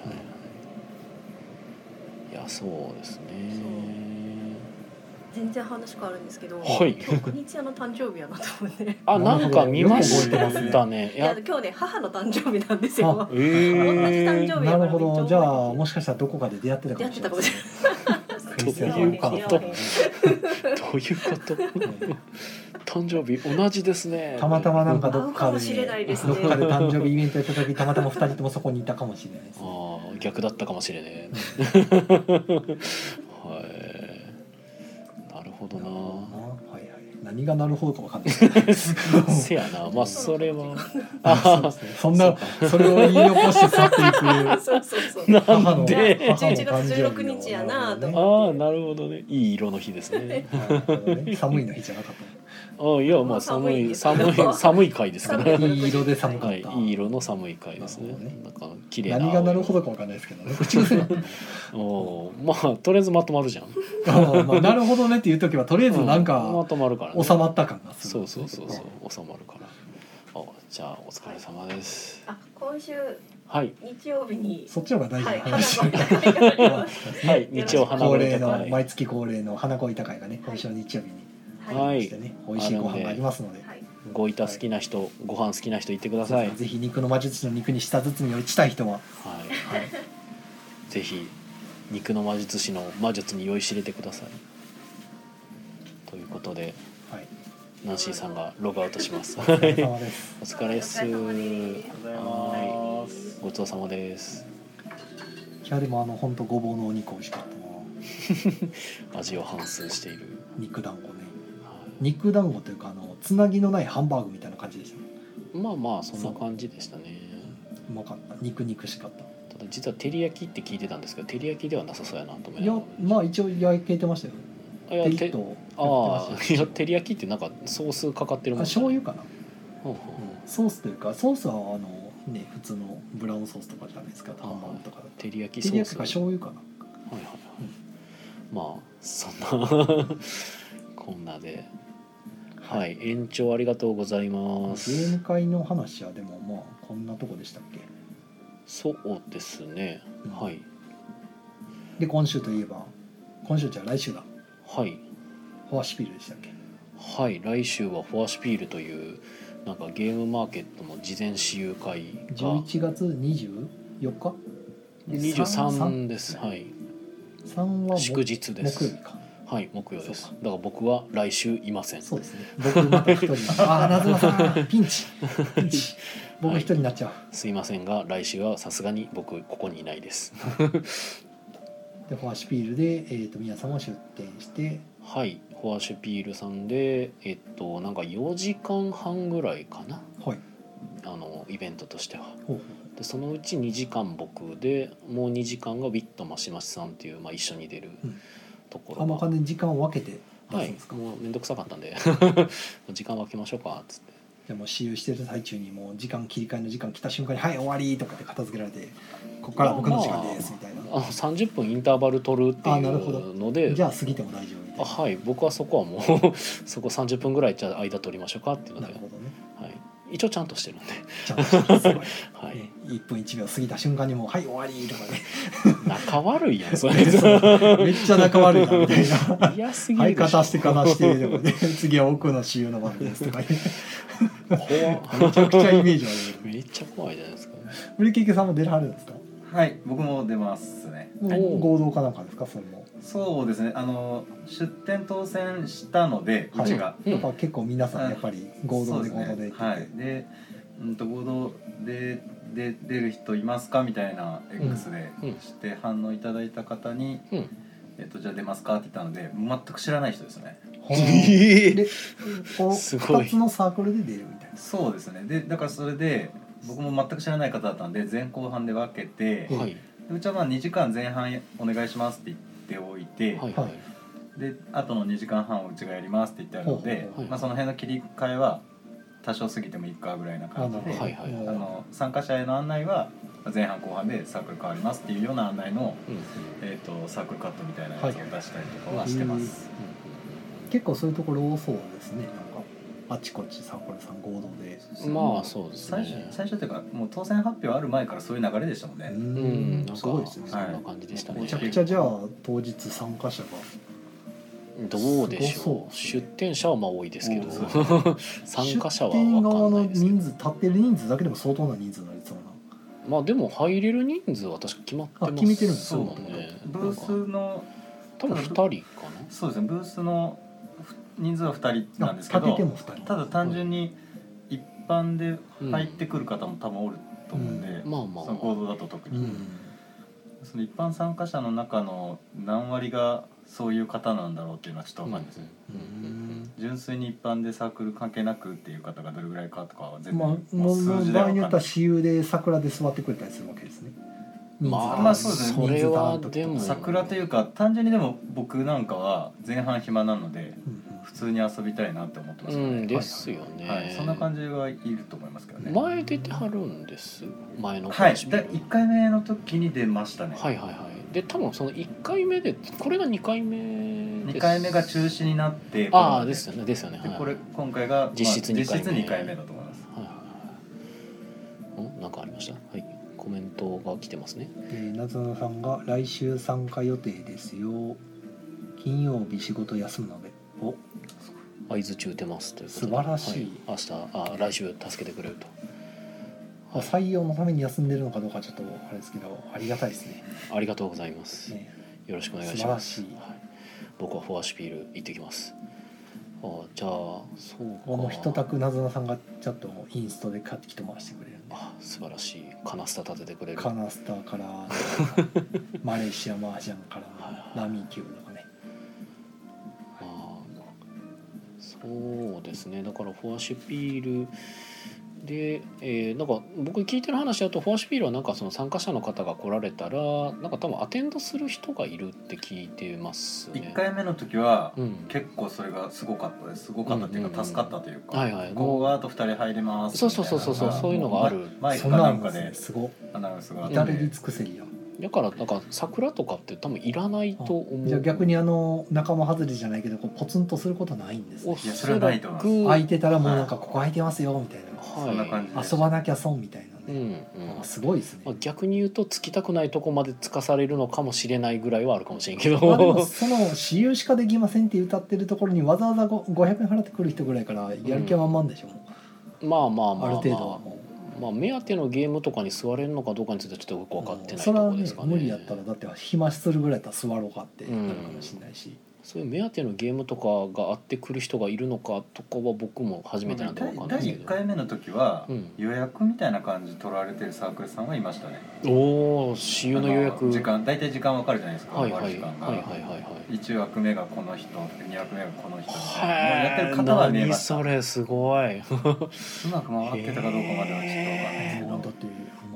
いやそうですね全然話変わるんですけど、はい今日国津屋の誕生日やなと思って、ね、あななるほどんか見ましよく覚えてたまねいいやや今日ね母の誕生日なんですよ [LAUGHS] あえ同じ誕ー生日なるほどじゃあもしかしたらどこかで出会ってたかもしれな出い会ってたかもしれないクリスどマうスいやうねどういうこと誕生日同じですねたまたまなんかあ [LAUGHS] どっか会うかで,、もしれないですどねっかで誕生日イベントやった時たまたま2人ともそこにいたかもしれないです、ね、ー逆だったかもしれね [LAUGHS] えはいなるほどななるほどなはいはい何がなるほどかわかん [LAUGHS] ないですけ [LAUGHS] どせやなまあそ [LAUGHS] れはそうですねそんなそれを言い残して去っていくあそうそうそうな母のんで母の誕生日を11月16日やなと思ああなるほどねいい色の日です [LAUGHS] ねなるほどね寒いの日じゃなかっあいやままああ寒い寒寒いいで [LAUGHS] す寒い回ですか寒らたいい色で寒かっはいた、 [LAUGHS] いい色の寒い回ですねなるほどねなんか綺麗な何がなるほどかわかんないですけどね口癖なんでおーまあとりあえずまとまるじゃんあまあなるほどねっていう時はとりあえずなんうんまかとまるからね収まった感がすそるうそうそうそう収まるからあじゃあお疲れ様ですあ今週はい日曜日にそっちの方が大事はいな花話、の大会がありますはい日曜花恒盛り例高のい毎月恒例の花恋高いがね今週の日曜日にははありまいいしてね、美味しいご飯がありますので、はいごいた好きな人、ご飯好きな人行ってください。はい。ぜひ肉の魔術師の肉に舌包みを打ちたい人は、はい、ぜひ肉の魔術師の魔術に酔いしれてください。ということで、はい、ナンシーさんがログアウトします。お疲れ様です。お疲れっす。お疲れ様ですはすい。ごちそうさまです。いやでもあの本当ごぼうのお肉美味しかったな。味を反数している。肉団子ね。は肉団子というかあのつなぎのないハンバーグみたいな感じでした、ね。いまあまあそんな感じでしたね。うまかった。肉肉しかった。ただ実は照り焼きって聞いてたんですけど、照り焼きではなさそうやなと思いいなやがまあ一応焼けてましたよ。ら。いペやリてッとあやってまあしたいよや照り焼きってなんかソースかかってるあもんじゃ醤ない油かな。ほうほうほうソースというかソースはあのね普通のブラウンソースとかじゃないですか。ハンバーグとかだと。照り焼き照ソりー焼スきか醤油かな。はいはいはい、うんまあそんな [LAUGHS] こんなではい、延長ありがとうございゲまームす会の話はでもまあこんなとこでしたっけ。そうですねうんはいで今週といえば今週じゃあ来週だ。はいフォアシピールでしたっけ。はい来週はフォアシピールというなんかゲームマーケットの事前私有会が11月24日23ですはい三は祝日で木曜日すかはい木曜ですそうだから僕は来週いませんそうですね僕また一人 [LAUGHS] ああ夏場さんピンチピンチ僕一人になっちゃう、すいませんが来週はさすがに僕ここにいないですでフォアシピールで、えー、と皆さんも出店してはい、フォアシュピールさんで、えっと、なんか4時間半ぐらいかなはいあのイベントとしてはほうほうでそのうち2時間僕でもう2時間がウィットマシマシさんっていう、まあ、一緒に出るうんとこあろんまが、完全に時間を分けて出はすんいですか、もう面倒くさかったんで [LAUGHS] 時間分けましょうかっつってじゃあもう使用してる最中にもう時間切り替えの時間来た瞬間に「はい終わり」とかって片付けられて「ここから僕の時間です」みたいあなの30分インターバル取るっていあなるほどうのでじゃあ過ぎても大丈夫みたいあな。はい僕はそこはもう [LAUGHS] そこ30分ぐらいじゃあ間取りましょうかっていうのなでる、ほどね。はい、一応ちゃんとしてるんで、ちゃんとしてますごい。ね [LAUGHS] はい一分一秒過ぎた瞬間にもうはい終わりとかね。仲悪いやん [LAUGHS] それめっちゃ仲悪いなみたい [LAUGHS] な。嫌すぎ相るでしょ方してからしてでもね次は奥の主流の番ですとかね怖めちゃくちゃイメージ悪 [LAUGHS] い。めっちゃ怖いじゃないですかブリケイケさんも出られるんですか。はい僕も出ますねお合同かなんかですかそれも。そうですねあの出店当選したのではういちが、やっぱ結構皆さんやっぱり合同で合そ同うでっでてすね言っはてい。でうんと合同でで出る人いますかみたいな X でうんうんして反応いただいた方にうん「えっとじゃあ出ますか?」って言ったので全く知らない人ですねほう [LAUGHS] えでこうすごい2つのサークルで出るみたいなそうですねでだからそれで僕も全く知らない方だったんで前後半で分けてははいでうちはまあ2時間前半お願いしますって言っておいて、はいははいいであとの2時間半をうちがやりますって言ってあるので、ほうほうほうまあ、その辺の切り替えは多少過ぎてもいいかぐらいな感じで、はいはいあの参加者への案内は前半後半でサークル変わりますっていうような案内の、うんうんえー、とサークルカットみたいなやつを出したりとかはしてます、結構そういうところ多そうですねなんかあちこちサークルさん合同でうんまあそうです最初ね最初というかもう当選発表ある前からそういう流れでしたもんね、ううんんなんかすごいですねそんなはい感じでしたねめちゃくちゃじゃあ当日参加者がどうでしすょごそうう出店者はまあ多いですけどうん参加者は出店分か側んなのいですけど人数立ってる人数だけでも相当な人数になりそうなまあでも入れる人数は確か決まってますあ決めてるんですそそううだねブーなんかスの多分2人かなそうですねブースのふ人数は2人なんですけ立ててども2人ただ単純に一般で入ってくる方も多分おると思うんで、まあまあその行動だと特うに、んその一般参加者の中の何割がそういう方なんだろうっていうのはちょっと分かんないですね、うんうん純粋に一般でサークル関係なくっていう方がどれぐらいかとかは全然、まあ、もうも数う字で場は合分によってかんなはい私有で桜で座ってくれたりするわけですね。まあ、まあ人そう数ですねそれはでも桜というか単純にでも僕なんかは前半暇なので普通に遊びたいなって思ってまうすよね、んですよね、はい、そんな感じはいると思いますけどね前出てはるんです前のは回い、で1回目の時に出ましたね、はいはいはいで多分その1回目でこれが2回目2です回目が中止になってああですよねですよねではいこれ今回が、まあ実質二回目実質2回目だと思いますはいはいはいんなんかありましたはいコメントが来てますねえー、夏野さんが来週参加予定ですよ。金曜日仕事休むので。お、合図中打てますということで素晴らしいは明日あ来週助けてくれるとまあ採用のために休んでるのかどうかちょっとあれですけど、ありがたいですね。ありがとうございます、ねよろしくお願いします素晴らしいはい、僕はフォアシュピール行ってきますああじゃあそうかこの一択夏野さんがちょっともうインストで買ってきて回してくれるんで。あ素晴らしいカナスタ立ててくれるカナスターから、 [LAUGHS] マレーシアマージャンから、ラミーキューとかね。あーそうですねだからフォアシュピールで、えーなんか僕聞いてる話だとフォアシュピールはなんかその参加者の方が来られたらなんか多分アテンドする人がいるって聞いてますね。 1回目の時は、うん、結構それがすごかったですすごかったっていううんうんうかん助かったというか、はいはいここがあと2人入れますそうそうそうそうそうみたいなそういうのがあるマイそクんかなのあるんでなんかすね。ですごい。アナウンスがあって至れり尽くせりよ。だからなんか桜とかって多分いらないと思う。じゃあ逆にあの仲間外れじゃないけどこうポツンとすることないんです、おね、いやそそれらくはないと思い空いてたらもうなんかここ空いてますよみたいはい、そんな感じな遊ばなきゃ損みたいなうんね、うんあすごいですね、まあ、逆に言うとつきたくないとこまでつかされるのかもしれないぐらいはあるかもしれんけど、まあ、でもその「私有しかできません」って歌ってるところにわざわざご500円払ってくる人ぐらいからやる気は満々でしょ、 [LAUGHS] まあまあまああるま程度はあ、もまあ、目当てのゲームとかに座れるのかどうかについてはちょっとよく分う、かってないそとこれはろねですかね。無理やったらだって暇するぐらいだったら座ろうかってなるかもしれないし、そういう目当てのゲームとかがあってくる人がいるのかとかは僕も初めてなんで分かんない第です1けど、回目の時はうん予約みたいな感じ取られてるサークルさんはいましたねおお私有の予あ約時間大体時間わかるじゃないですか、はいはいは終いわはるい時間がはいはい1枠目がこの人2枠目がこの人みたいなもうやってはるい方は見え何ますうそれすごいまく回ってたかどうかまではちょっとわかんないですけへだどって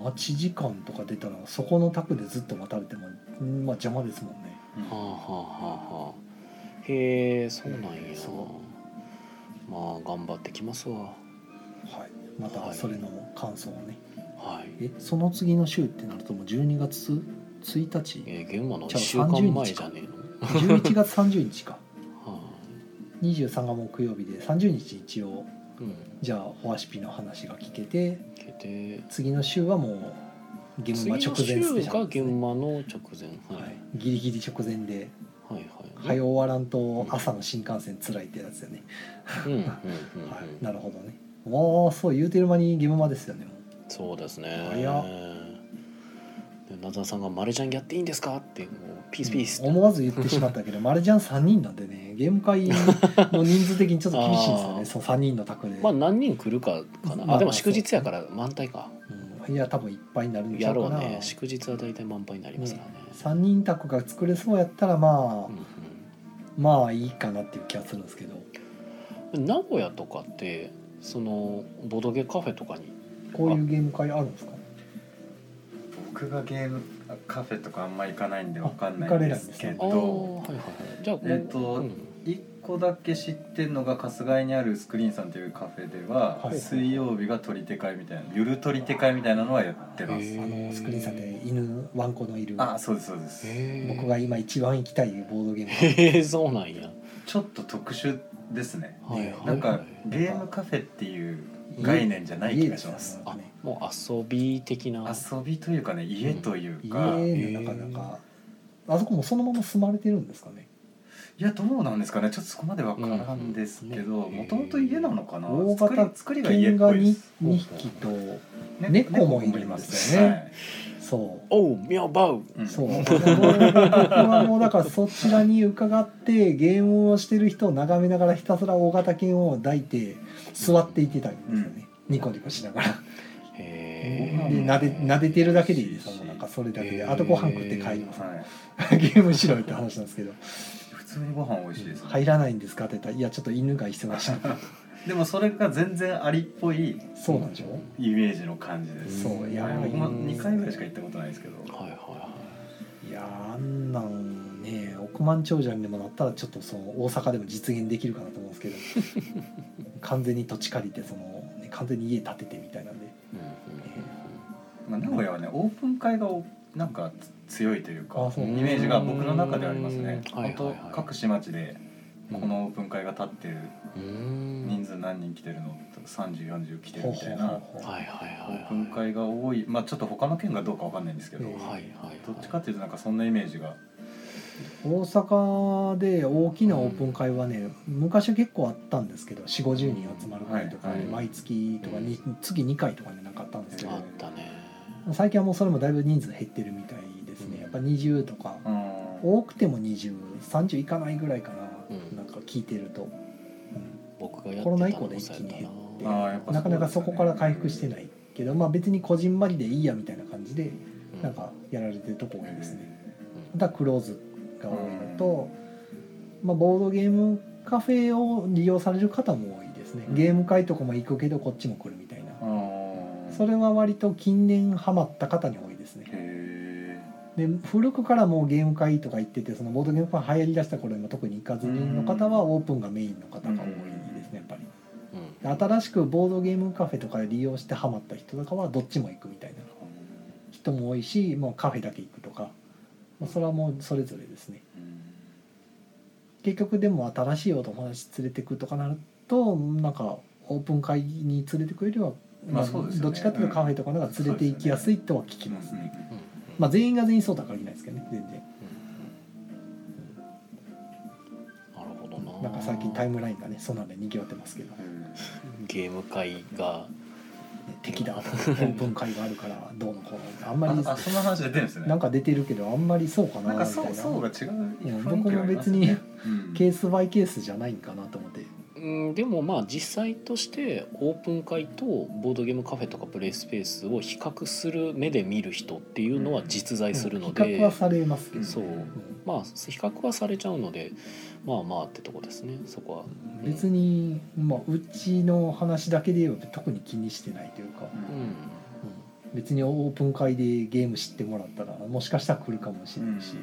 待ち時間とか出たらそこの卓でずっと待たれても、うんまあ、邪魔ですもんねはあはあはあはあへえそうなんやへーすごまあ頑張ってきますわはいまたそれの感想をね、はい、えその次の週ってなるともう12月1日えー、現場の1じゃあ週間前30じゃねえの、 11月30日か [LAUGHS] は23が木曜日で30日一応あ、うんじゃあホアシピの話が聞けて聞いて次の週はもうゲーム次はの直前スペシャル週ですねが現場の直前、ははいい、ギリギリ直前ではいはい早終わらんと朝の新幹線つらいってやつだよね、うんうんうんうんはい、なるほどねおーそう言うてる間にゲームマですよねもうそうですね早っで名沢さんが「マルジャンやっていいんですか?」ってもうピースピースって、思わず言ってしまったけどマルジャン3人なんでねゲーム会の人数的にちょっと厳しいんですよあーねその3人の宅で、まあ何人来るかかな、まああでも祝日やから満杯かうんいや多分いっぱいになるんちゃやうかろうな、ね祝日は大体満杯になりますからね3人宅が作れそうやったらまあ、まあいいかなっていう気がするんですけどうんうん、名古屋とかってそのボドゲカフェとかにこういうゲーム会あるんですか僕がゲームカフェとかあんま行かないんでわかんなあ行いかんれでないんすですけねああどはいはいはいじゃあえっとうん1個だけ知ってんのが春日井にあるスクリーンさんというカフェでは、はい水曜日が取り手会みたいなゆる取り手会みたいなのはやってまへすーあのスクリーンさんで犬ワンコのいるあそうですそうですへえ僕が今一番行きたいボードゲーム会へえそうなんやちょっと特殊ですねはいはいはいなんかゲームカフェっていう概念じゃない気がしますあもう遊び的な遊びというかね家というか、家のなかなかあそこもそのまま住まれてるんですかねいやどうなんですかねちょっとそこまでわからんですけどうんもともと家なのかな大作り型作りが家っ犬がぽいで 2, す二匹とね猫もいるんですよねはいそおうミャバウうんうそう僕はもうだからそちらに伺ってゲームをしてる人を眺めながらひたすら大型犬を抱いて座っていてたんですよね、ニコニコしながらでへえ撫で撫でてるだけでいいですもうなんかそれだけであとご飯食って帰りますはいゲームしろよって話なんですけど普通にご飯美味しいです、入らないんですかって言ったらいやちょっと犬が忙 [LAUGHS] しいでもそれが全然ありっぽいそうなんでしょイメージの感じですそういやはい僕も2回ぐらいしか行ったことないですけどはいはいやーあんなんね億万長者にでもなったらちょっとその大阪でも実現できるかなと思うん [LAUGHS] ですけど完全に土地借りてその、ね、完全に家建ててみたいなんでいはまあ、名古屋はねオープン会がおなんかつ強いというかあそうイメージが僕の中ではありますねうんはい本はいはい当各市町でうんこのオープン会が立ってるいうん人数何人来てるのと3040来てるみたいほうなほうほはういはいオはいはいープン会が多いまあちょっと他の県がどうかわかんないんですけどうはいんどはいはいっちかっていうとなんかそんなイメージが大阪で大きなオープン会はね、昔は結構あったんですけど4 5 0人集まる会とか、はいはい毎月とかに、月2回とかねなかったんですけあどったね最近はもうそれもだいぶ人数減ってるみたいですねやっぱ20とかうーん多くても2030いかないぐらいかな、うんなんか聞いてると、僕がやってコたロのナも以降で一そう気やったに減なってあーやっぱなかなかそこから回復していないけど、まあ別にこじんまりでいいやみたいな感じでうんなんかやられてるとこ多いですね、うんまたクローズが多いのと、まあ、ボードゲームカフェを利用される方も多いですねうんゲーム会とかも行くけどこっちも来るみたいな、それれは割と近年ハマった方に多いですね、へで古くからもうゲーム会とか行っててそのボードゲーム会流行りだした頃にも特に行かずにの方はオープンがメインの方が多いですねやっぱりうんで新しくボードゲームカフェとかで利用してハマった人とかはどっちも行くみたいな人も多いしもうカフェだけ行くとか、まあ、それはもうそれぞれですね結局でも新しいお友達連れてくとかなるとなんかオープン会に連れてくよりは、まあそうですよねどっちかっていうとカフェとかの方が連れて行きやすいとは聞ききまますすねねうんまあ全員が全員そうとは限らないですけどね全然なるほどななんか最近タイムラインがねそんなんで賑わってますけどうんゲーム会が敵だとか分解があるからどうのこうのあんまあありそんな話出てるんですねなんか出てるけどあんまりそうかななみんたかいそうそうなが違ういや雰囲気がありますよ僕もねケースバイケースじゃないんかなと思ってうん、でもまあ実際としてオープン会とボードゲームカフェとかプレイスペースを比較する目で見る人っていうのは実在するの比で、較はされますけど、そううんまあ比較はされちゃうのでまあまあってとこですねそこは。うん別に、まあ、うちの話だけで言えば特に気にしてないというか、ううんんうん別にオープン会でゲーム知ってもらったらもしかしたら来るかもしれないし、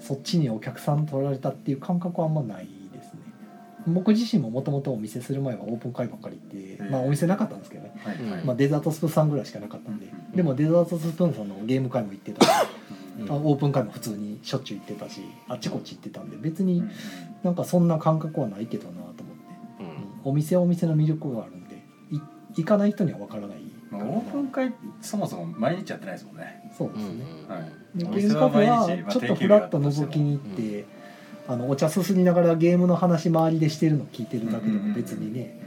そっちにお客さん取られたっていう感覚はあんまないですね僕自身ももともとお店する前はオープン会ばっかり行って、うんまあお店なかったんですけどね、はいはいまあ、デザートスプーンさんぐらいしかなかったんで、うんでもデザートスプーンさんのゲーム会も行ってたし、うんあオープン会も普通にしょっちゅう行ってたしあっちこっち行ってたんで別うにんなんかそんな感覚はないけどなと思って、うんお店はお店の魅力があるんでい行かない人には分からないまあオープン会そもそも毎日やってないですもんねそうでうんすうね、んはいでおゲー店ムカはフェ毎は日まあちょっと定フ休日がラあッったととして覗もきに行って、あのお茶すすりながらゲームの話周りでしてるの聞いてるだけでも別にね、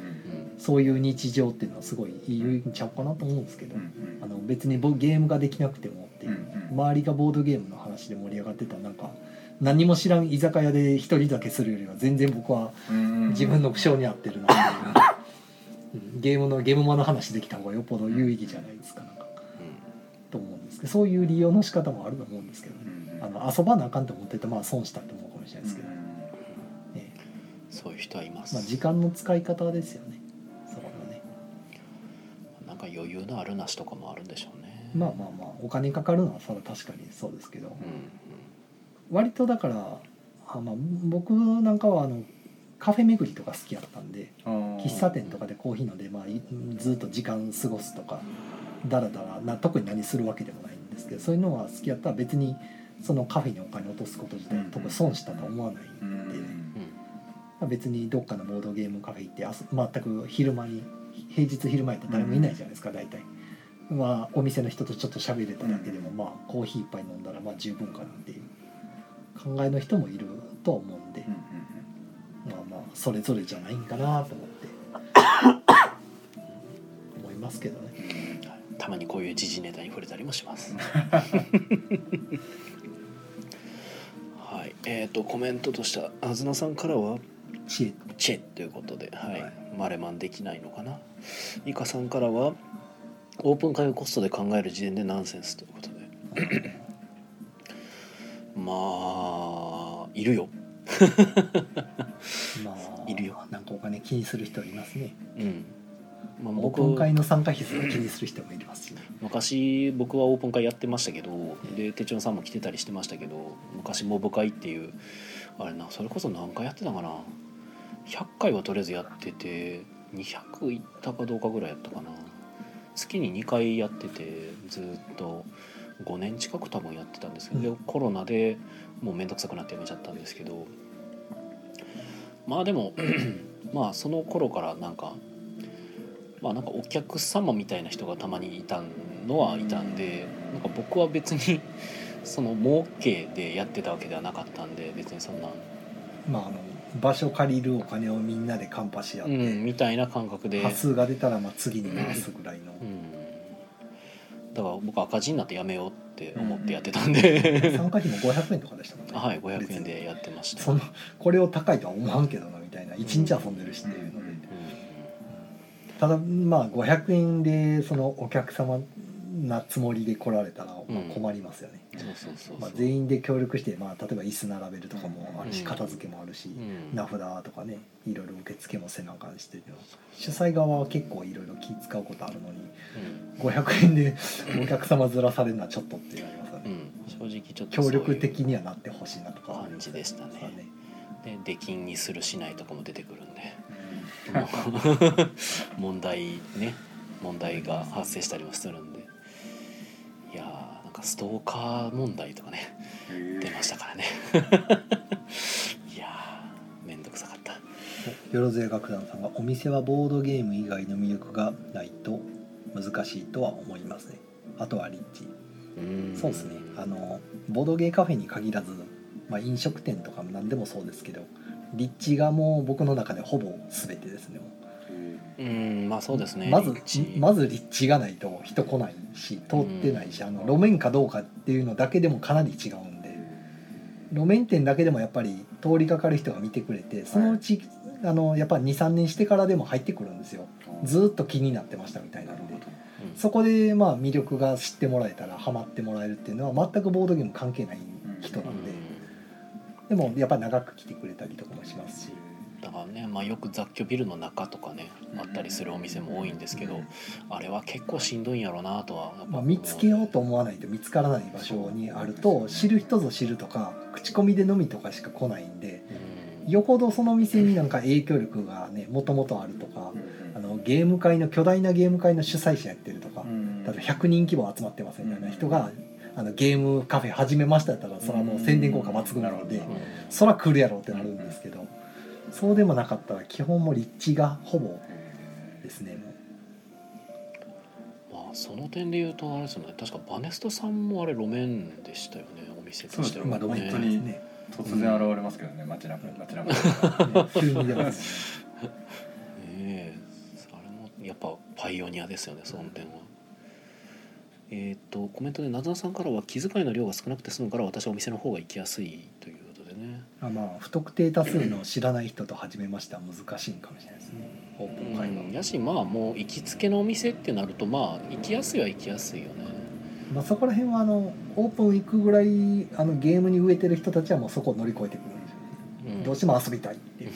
そういう日常っていうのはすごいいいんちゃうかなと思うんですけど、うんうんあの別にボゲームができなくてもっていうう、んうん周りがボードゲームの話で盛り上がってたらなんか何も知らん居酒屋で一人だけするよりは全然僕はうんうん自分の性に合ってるなっていう、うんゲームのゲームマの話できた方がよっぽど有意義じゃないですかなんかと思うんですけどそういう利用の仕方もあると思うんですけどね。うんうんあの遊ばなあかんと思っててまあ損したと思うかもしれないですけど、うええそういう人はいます、まあ、時間の使い方ですよねそこはねなんか余裕のあるなしとかもあるんでしょうね。まあまあまあお金かかるのはそれは確かにそうですけどうん割とだからあ、まあ、僕なんかはあのカフェ巡りとか好きやったんでんあー喫茶店とかでコーヒー飲んで、まあ、いずっと時間過ごすとかだらだらな特に何するわけでもないんですけどそういうのは好きやったら別にそのカフェにお金落とすこと自体特に損したとは思わないうんで、んうんまあ別にどっかのボードゲームカフェ行ってあす全く昼間に平日昼前って誰もいないじゃないですか、大体、まあ、お店の人とちょっと喋れただけでも、まあコーヒー一杯飲んだらまあ十分かなっていう考えの人もいるとは思うんで、うんまあまあそれぞれじゃないんかなと思って [COUGHS] 思いますけどねはいたまにこういう時事ネタに触れたりもし [LAUGHS] ます。はい、えっ、とコメントとしてはあずなさんからは知恵チェということで、はいはいマレマンできないのかなイカさんからはオープン会をコストで考える時点でナンセンスということで [COUGHS] まあいるよ、まあいるよなんかお金気にする人いますねうんまあ、オープン会の参加費すら気にする人もいますし、昔僕はオープン会やってましたけどで手帳さんも来てたりしてましたけど昔モブ会っていうあれなそれこそ何回やってたかな100回はとりあえずやってて200いったかどうかぐらいやったかな月に2回やっててずっと5年近く多分やってたんですけど、でコロナでもう面倒くさくなってやめちゃったんですけどまあでも [CLEARS THROAT] まあその頃からなんかまあなんかお客様みたいな人がたまにいたのはいたんでなんか僕は別にその儲けでやってたわけではなかったんで別にそんな、まあ、あの場所借りるお金をみんなでカンパし合っうて、ん、みたいな感覚で、端数が出たらまあ次に回すぐらいのうん、だから僕赤字になってやめようって思ってやってたんで、参加費も500円とかでしたもん [LAUGHS] ねはい500円別にでやってました。そのこれを高いとは思わんけどなみたいな一日遊んでるしっていうので、うんただまあ500円でそのお客様なつもりで来られたらまあ困りますよね、そうそうそうそうまあ、全員で協力して、まあ、例えば椅子並べるとかもあるし、うん片付けもあるし、うん名札とかねいろいろ受付もせなあかんしてるよ主催側は結構いろいろ気使うことあるのにうん500円でお客様ずらされるのはちょっとってなりますよね、うん正直ちょっと協力そういう的にはなってほしいなとか感じでしたねで出禁にするしないとかも出てくる [LAUGHS] んで [LAUGHS] 問題ね問題が発生したりもするんでいやーなんかストーカー問題とかねうん出ましたからね [LAUGHS] いやーめんどくさかったよろずや楽団さんがお店はボードゲーム以外の魅力がないと難しいとは思いますねあとはリッチうんそうですねあのボードゲーカフェに限らず、まあ、飲食店とかも何でもそうですけど立地がもう僕の中でほぼ全てですねもううんまあそうですねまず立地まず立地がないと人来ないし通ってないし、あの路面かどうかっていうのだけでもかなり違うんで路面店だけでもやっぱり通りかかる人が見てくれてそのうち、あのやっぱ23年してからでも入ってくるんですよずーっと気になってましたみたいななるのでほどうんそこでまあ魅力が知ってもらえたらハマってもらえるっていうのは全くボードゲーム関係ない人なんで、でもやっぱ長く来てくれたりとかもしますし。だからね、まあ、よく雑居ビルの中とかねあったりするお店も多いんですけど、うんあれは結構しんどいんやろうなとは、まあ、見つけようと思わないと見つからない場所にあると知る人ぞ知るとか口コミでのみとかしか来ないんでうんよほどその店になんか影響力がねもともとあるとかあのゲーム会の巨大なゲーム会の主催者やってるとか例えば100人規模集まってますみたいな人があのゲームカフェ始めましたやったらそれはもう宣伝効果抜群なのうでんそら来るやろってなるんですけどそうでもなかったら基本もう立地がほぼですねもうまあ、その点で言うとあれですよね確かバネストさんもあれ路面でしたよねお店としては、ね、そうですねまあ路本当面にね突然現れますけどね街中街中ね急に出ますええあれもやっぱパイオニアですよねその点は。えーっとコメントでなずなさんからは気遣いの量が少なくて済むから私はお店の方が行きやすいということでね。あまあ不特定多数の知らない人と始めましたは難しいんかもしれないですねオープン会話、うん、やしまあもう行きつけのお店ってなるとまあ行きやすいは行きやすいよね。まあ、そこら辺はあのオープン行くぐらいあのゲームに植えてる人たちはもうそこを乗り越えてくるんですようん、どうしても遊びたいっていう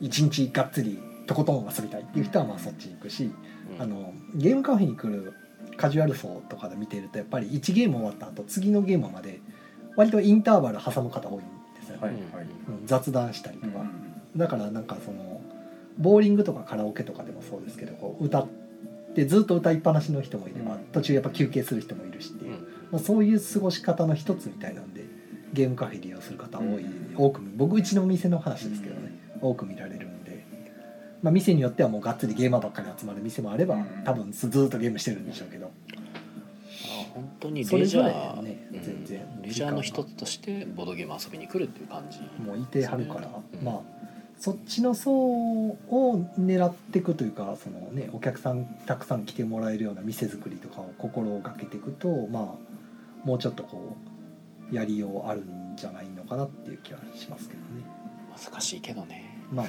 一日がっつりとことん遊びたいっていう人はまあそっちに行くしうんあのゲームカフェに来るカジュアル層とかで見てるとやっぱり1ゲーム終わった後次のゲームまで割とインターバル挟む方多いんですよ、はういんうん雑談したりとか、だからなんかそのボーリングとかカラオケとかでもそうですけどこう歌ってずっと歌いっぱなしの人もいればうん途中やっぱ休憩する人もいるしっていう、うんまあ、そういう過ごし方の一つみたいなんでゲームカフェ利用する方多い、うん多く僕うちのお店の話ですけどね、多く見られるんで、まあ、店によってはもうがっつりゲーマーばっかり集まる店もあればうん多分ずっとゲームしてるんでしょうけどあ本当にそレれジぞャれー、ねうん全然レジャーの一つとしてボードゲーム遊びに来るっていう感じ。もういてはるから、うんまあそっちの層を狙っていくというかその、ね、お客さんたくさん来てもらえるような店作りとかを心がけていくとまあもうちょっとこうやりようあるんじゃないのかなっていう気はしますけどね。難しいけどね。 [LAUGHS] まあ、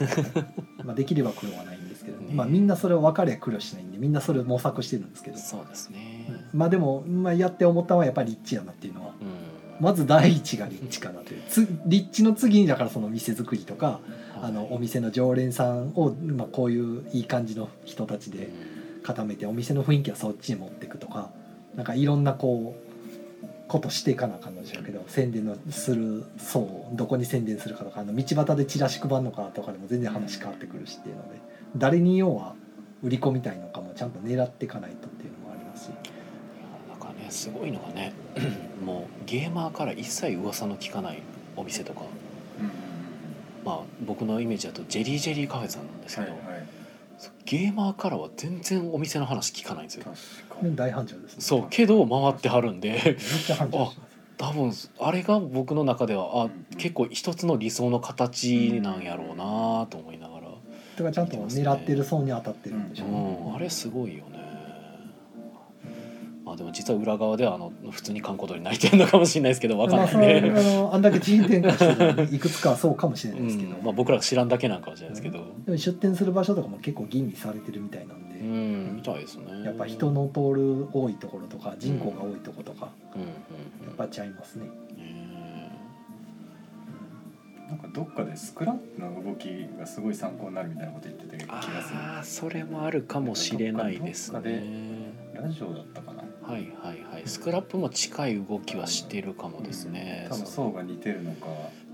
まあできれば苦労はないんですけど、ねまあ、みんなそれを分かりゃ苦労しないんでみんなそれを模索してるんですけど、そうですね。まあでも、まあ、やって思ったのはやっぱり立地やなっていうのはうん。まず第一が立地かなというつ立地の次にだからその店作りとかあのお店の常連さんを、まあ、こういういい感じの人たちでで固めてお店の雰囲気はそっちに持っていくとかなんかいろんなこうことしていかなあかんのでしょうけど宣伝のする層をどこに宣伝するかとかあの道端でチラシ配るのかとかでも全然話変わってくるしっていうので誰に要は売り込みたいのかもちゃんと狙っていかないとっていうのもありますしなんかねすごいのがね [CLEARS THROAT] もうゲーマーから一切噂の聞かないお店とかまあ僕のイメージだとジェリージェリーカフェさんなんですけど、そうゲーマーからは全然お店の話聞かないんですよでも大繁盛ですねそうけど回ってはるんで [LAUGHS] めっちゃ繁盛してます多分あれが僕の中ではあうん結構一つの理想の形なんやろうなと思いながら、とかちゃんと狙ってる層に当たってるんでしょうねうん、あれすごいよねまあでも実は裏側ではあの普通に観光鳥泣いてるのかもしれないですけどわかんまなあ、いそんれであのあんだけ人転換してるのにいくつかはそうかもしれないですけど、うんまあ、僕らが知らんだけなんかもしれないですけど、でも出店する場所とかも結構吟味されてるみたいなんで、うんみたいですねやっぱ人の通る多いところとか人口が多いところとか、うんうんやっぱちゃいますね、うんねなんかどっかでスクラップの動きがすごい参考になるみたいなこと言ってて気がするああそれもあるかもしれないですどっかどっかねラジオだったかなはいはいはいスクラップも近い動きはしてるかもですね多分層が似てるのか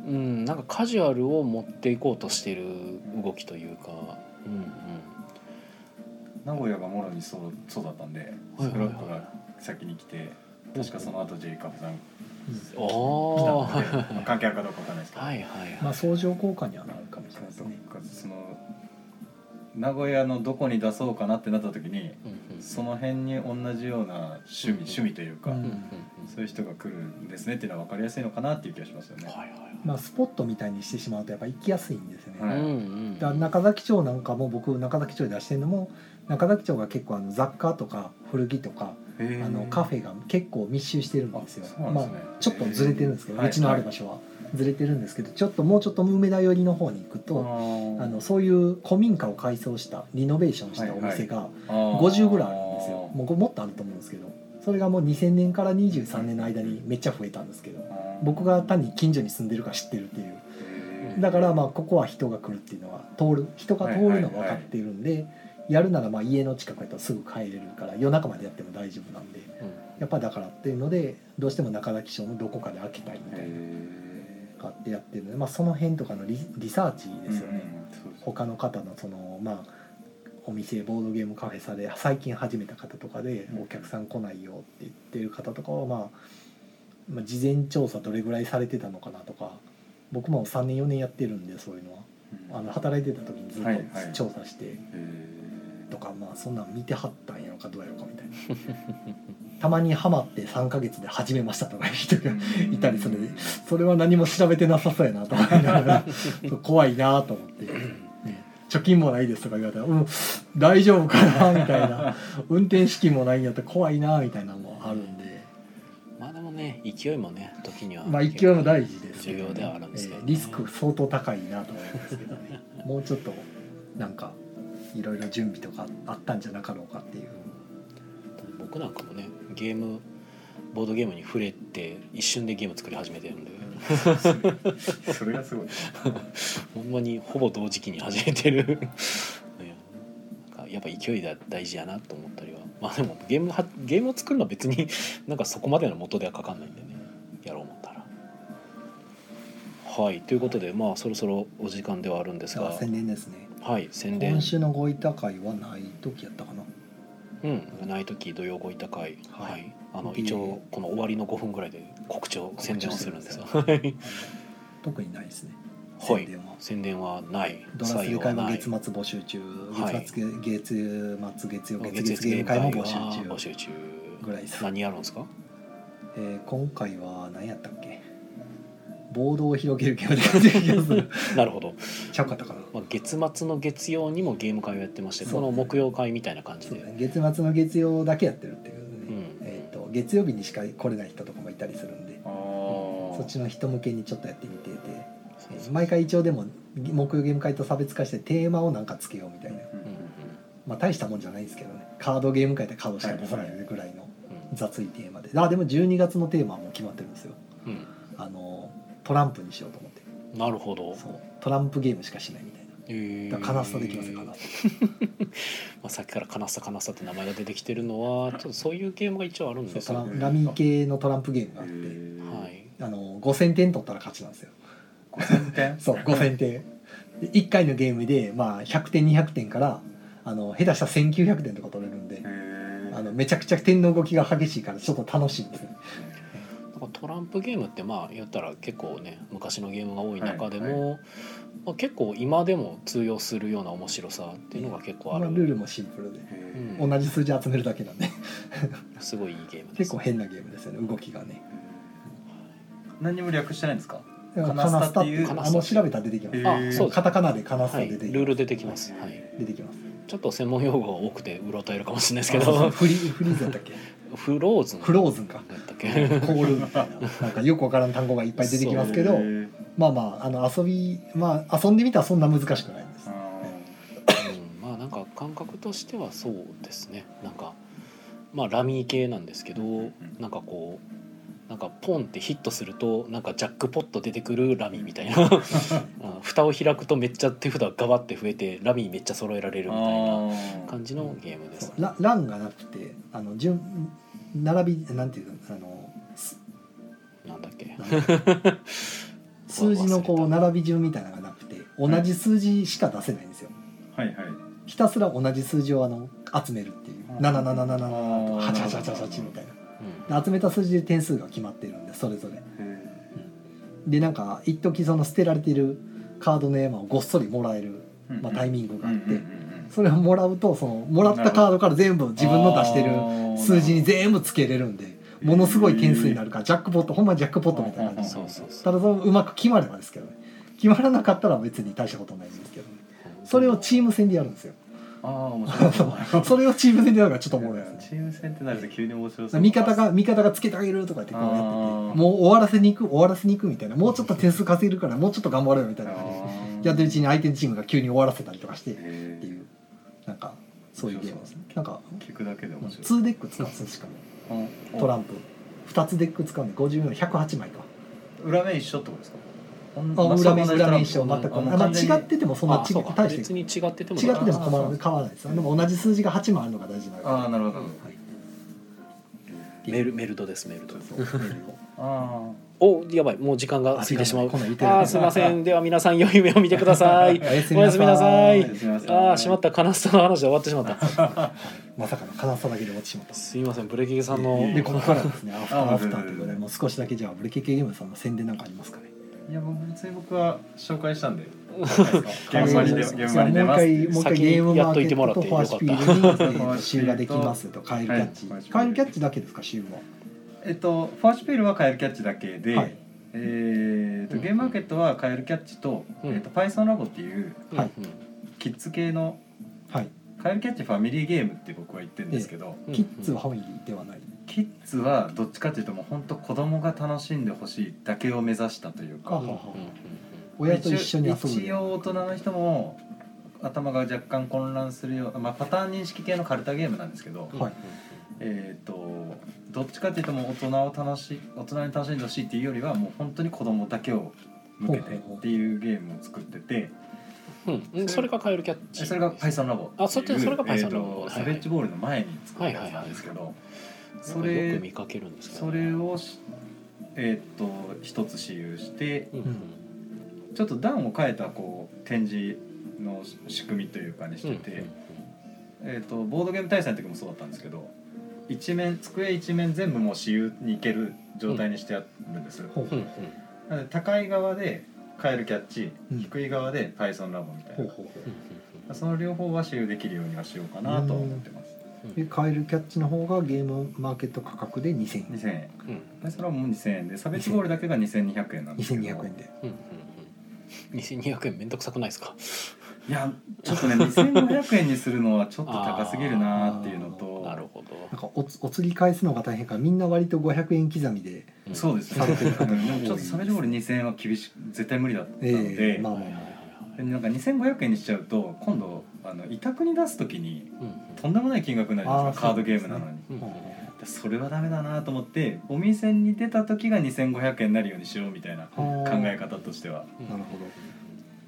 うんなんかカジュアルを持っていこうとしてる動きというかうんうん名古屋がもろにそうそうだったんではいスクはいはラいップが先に来て確かその後 J カフさんあ来たのあでまあ関係あるかどうかわかんないですけどはいはいはい、まあ相乗効果にはなるかもしれないですそねっかその名古屋のどこに出そうかなってなった時にうんうんその辺に同じような趣味、趣味というか、ううんんそういう人が来るんですねっていうのは分かりやすいのかなっていう気がしますよね。はいはいまあ、スポットみたいにしてしまうとやっぱ行きやすいんですよね、ははいいうんうんだから中崎町なんかも僕中崎町で出してるのも中崎町が結構あの雑貨とか古着とかああのカフェが結構密集してるんあですよそうなんでますあね、ちょっとずれてるんですけど、はいうちのある場所はずれてるんですけどちょっともうちょっと梅田寄りの方に行くと、ああのそういう古民家を改装したリノベーションしたお店がの50ぐらいあるんですよもうもっとあると思うんですけどそれがもう2000年から23年の間にめっちゃ増えたんですけど僕が単に近所に住んでるから知ってるっていうだからまあここは人が来るっていうのは通る人が通るのが分かっているんで、やるならまあ家の近くやったらすぐ帰れるから夜中までやっても大丈夫なんでやっぱだからっていうのでどうしても中崎町のどこかで開けたいみたいなのがあってやってるので、まあ、その辺とかのリリサーチですよね、他の方のそのまあお店ボードゲームカフェさで最近始めた方とかでうんお客さん来ないよって言ってる方とかは、まあ、まあ事前調査どれぐらいされてたのかなとか僕も3年4年やってるんでそういうのはあの働いてた時にずっとはいはい調査してとか、まあそんなん見てはったんやろかどうやろかみたいなたまにハマって3ヶ月で始めましたとかいう人がいたりするねそれは何も調べてなさそうやなと思い [LAUGHS] ながらそう怖いなと思って、ね貯金もないですとか言われたら「うん大丈夫かな」みたい [LAUGHS] な運転資金もないんやったら怖いなみたいなのもあるんでまあでもね勢いもね時にはまあ勢いも大事ですけ重ど、要ではあるんですけどえねーリスク相当高いなと思いますけどねもうちょっとなんかいろいろ準備とかあったんじゃなかろうかっていう。僕なんかもねゲームボードゲームに触れて一瞬でゲーム作り始めてるんで [LAUGHS] それがすごい。ほんまにほぼ同時期に始めてる [LAUGHS] ねなんかやっぱ勢いだ大事やなと思ったりはまあでもゲームはゲームを作るのは別に [LAUGHS] なんかそこまでの元ではかかんないんでねやろう思ったら。はいということでまあそろそろお時間ではあるんですあが宣伝ですねはい宣伝今週のごいた会はない時やったかなうん、ない時土曜ごいた会、ははいいあのいいね一応この終わりの5分ぐらいで告知を宣伝をするんですよ。 [LAUGHS] 特にないですねは宣い伝は、宣伝はない、ドラス採ゲ用は会もない。月末募集中、はい月末月月末月曜月月月々ゲーム会も募集は募中、集中ぐらいです何やるんですか？えー今回は何やったっけボードを広げるゲームでやってるなるほど。ちゃうかったかなまあ月末の月曜にもゲーム会をやってまして、そうこの木曜会みたいな感じそうで。だね月末の月曜だけやってるっていうね、うんえー、と月曜日にしか来れない人とかもいたりするんであそっちの人向けにちょっとやってみててそうえそうー毎回一応でも木曜ゲーム会と差別化してテーマをなんかつけようみたいなうんまあ大したもんじゃないんですけどねカードゲーム会でカードしか出さないぐらいのう雑いテーマであでも12月のテーマはもう決まってるんですよんうんあのトランプにしようと思ってうん。なるほど。そうトランプゲームしかしないみたいえーなだからカナスタできますよカナスまあさっきからカナスタカナスタって名前が出てきてるのは、ちょっとそういうゲームが一応あるんタでそすうよトランラミー系のトランプゲームがあってはい。あの5000点取ったら勝ちなんですよ五千 [LAUGHS] 点。そう5000点で1回のゲームで、まあ、100点200点からあの下手したら1900点とか取れるんであのめちゃくちゃ点の動きが激しいからちょっと楽しいんですねなんかトランプゲームってまあ言ったら結構ね昔のゲームが多い中でも、まあ、結構今でも通用するような面白さっていうのが結構あまある、ルールもシンプルでうん同じ数字集めるだけなんですごいいいゲームです結構変なゲームですよね動きがね何にも略してないんですか？カカナナスタスタっってていいううあの調べたら出てきまへすーあそうですカタカナでカナスタは出い、ルてきます、ール出てきます、はい、出てきますちょっと専門用語が多くてうろたえるかもしれないですけあそうそうど [LAUGHS] フリフリーズだったっけフローズンフローズンかだったっコけールみたいななんかよくわからん単語がいっぱい出てきますけどまあまああの遊びまあ遊んでみたらそんな難しくないでうすん、まあなんか感覚としてはそうですねなんかまあラミー系なんですけど、うんうんなんかこうなんかポンってヒットするとなんかジャックポット出てくるラミーみたいなうん蓋を開くとめっちゃ手札がガバって増えてラミーめっちゃ揃えられるみたいな感じのゲームでそうす。ラランがなくてあの順並びなんていうのあのすなんだっけなんていうの数字のこう並び順みたいなのがなくて同じ数字しか出せないんですよはいはい。ひたすら同じ数字をあの集めるっていううん7777とかあー8888みたいうんなで集めた数字で点数が決まってるんでそれぞれでなんか一時その捨てられてるカードの山をごっそりもらえる、まあ、タイミングがあってそれをもらうとそのもらったカードから全部自分の出してる数字に全部つけれるんでものすごい点数になるからジャックポットほんまジャックポットみたいな感じそうそうそたうだそのうまく決まればですけどね決まらなかったら別に大したことないんですけどねそれをチーム戦でやるんです [LAUGHS] よあー面白 [LAUGHS] いそれをチーム戦でやるからちょっとおもろいですねチーム戦ってなると急に面白そう味方が味方がつけてあげるとかってこうやっててあーもう終わらせに行く終わらせに行くみたいなもうちょっと点数稼げるからもうちょっと頑張れよみたいな感じでやってるうちに相手のチームが急に終わらせたりとかしてってていうなんかそういうゲームですねなんか聞くだけで面白い2デック使うんですよしかもうんトランプ2つデック使うんで54108枚か裏面一緒ってことですかあまあ裏面そこまで裏面一緒トラン全プく同じあもうまあ完全に違っててもそんなあ違そうくか大して別に違ってても違っててもあ構わない変わらないですよでも同じ数字が8枚あるのが大事なのでああなるほど、はいメルメルドですメルドそうそうメールをあおやばいもう時間が過ぎてしまうあ時間がこんなん言ってるあーすいませんでは皆さん良い夢を見てくださいおやすおやすみなさいあすいませんああしまった悲しさの話で終わってしまったまさかの金沢だけで落ちてしまったすいませんブレケゲさんのでここからですねアフターあアフターということ全然で全然もう少しだけじゃあブレケケゲームさんの宣伝なんかありますかねいや僕別に僕は紹 [LAUGHS] 介したんで現場に出あそうです現場に出ますじゃあもう一回もう一回先にゲームマやっーといケてもらッっトてとよフかァっーたスピールにえーはいと集ができますよとカエルキャッチ、はいカエルキャッチだけですか集は、えっとファーシュピールはカエルキャッチだけで、はいえーっとゲームマーケットはカエルキャッチと,、うんえっとパイソンラボっていううんはいキッズ系のはい、カエルキャッチファミリーゲームって僕は言ってるんですけど、うんキッズはファミリーではない、キッズはどっちかっていうともう本当子供が楽しんでほしいだけを目指したというあかはうんうん親と一緒に遊ぶ一応大人の人も頭が若干混乱するよう、まあ、パターン認識系のカルタゲームなんですけど、うんはいえー、とどっちかっていうともう大人を楽し大人に楽しんでほしいっていうよりはもう本当に子供だけを向けてっていうゲームを作っててうんうんそれがカエルキャッチそれが Python ラボあそっちそれが Python ラボはいえーとサベッジボールの前に作ったやつなんですけど、そなんかよれく見かけるんですけどそれをしえー、と一つ私有してうんうんちょっと段を変えたこう展示の仕組みというかにしてて、えー、とボードゲーム対戦の時もそうだったんですけど一面机一面全部もう私有に行ける状態にしてあるんです、ほううんうんなので高い側でカエルキャッチ、うん低い側で Python ラボみたいほうな、ほうほうんその両方は私有できるようにはしようかなとは思ってます、うんうでカエルキャッチの方がゲームマーケット価格で2000円2000円うんうん Python ラボも2000円で差別ゴールだけが2200円なんですけど2200円でうんうんうん2200円めんどくさくないですかいやちょっとね2500円にするのはちょっと高すぎるなっていうのなるとほなんどかおつお釣り返すのが大変からみんな割と500円刻みで、そうでですねうんでもちょっと差別ゴール2000円は厳し絶対無理だったので、ええまあはいまはあいはいまあでなんか2500円にしちゃうと今度あの委託に出す時にうんとんでもない金額になるじゃないですかあーカードゲームなのに。うんうんでそれはダメだなと思ってお店に出た時が2500円になるようにしようみたいな考考え方としてはうんなるほど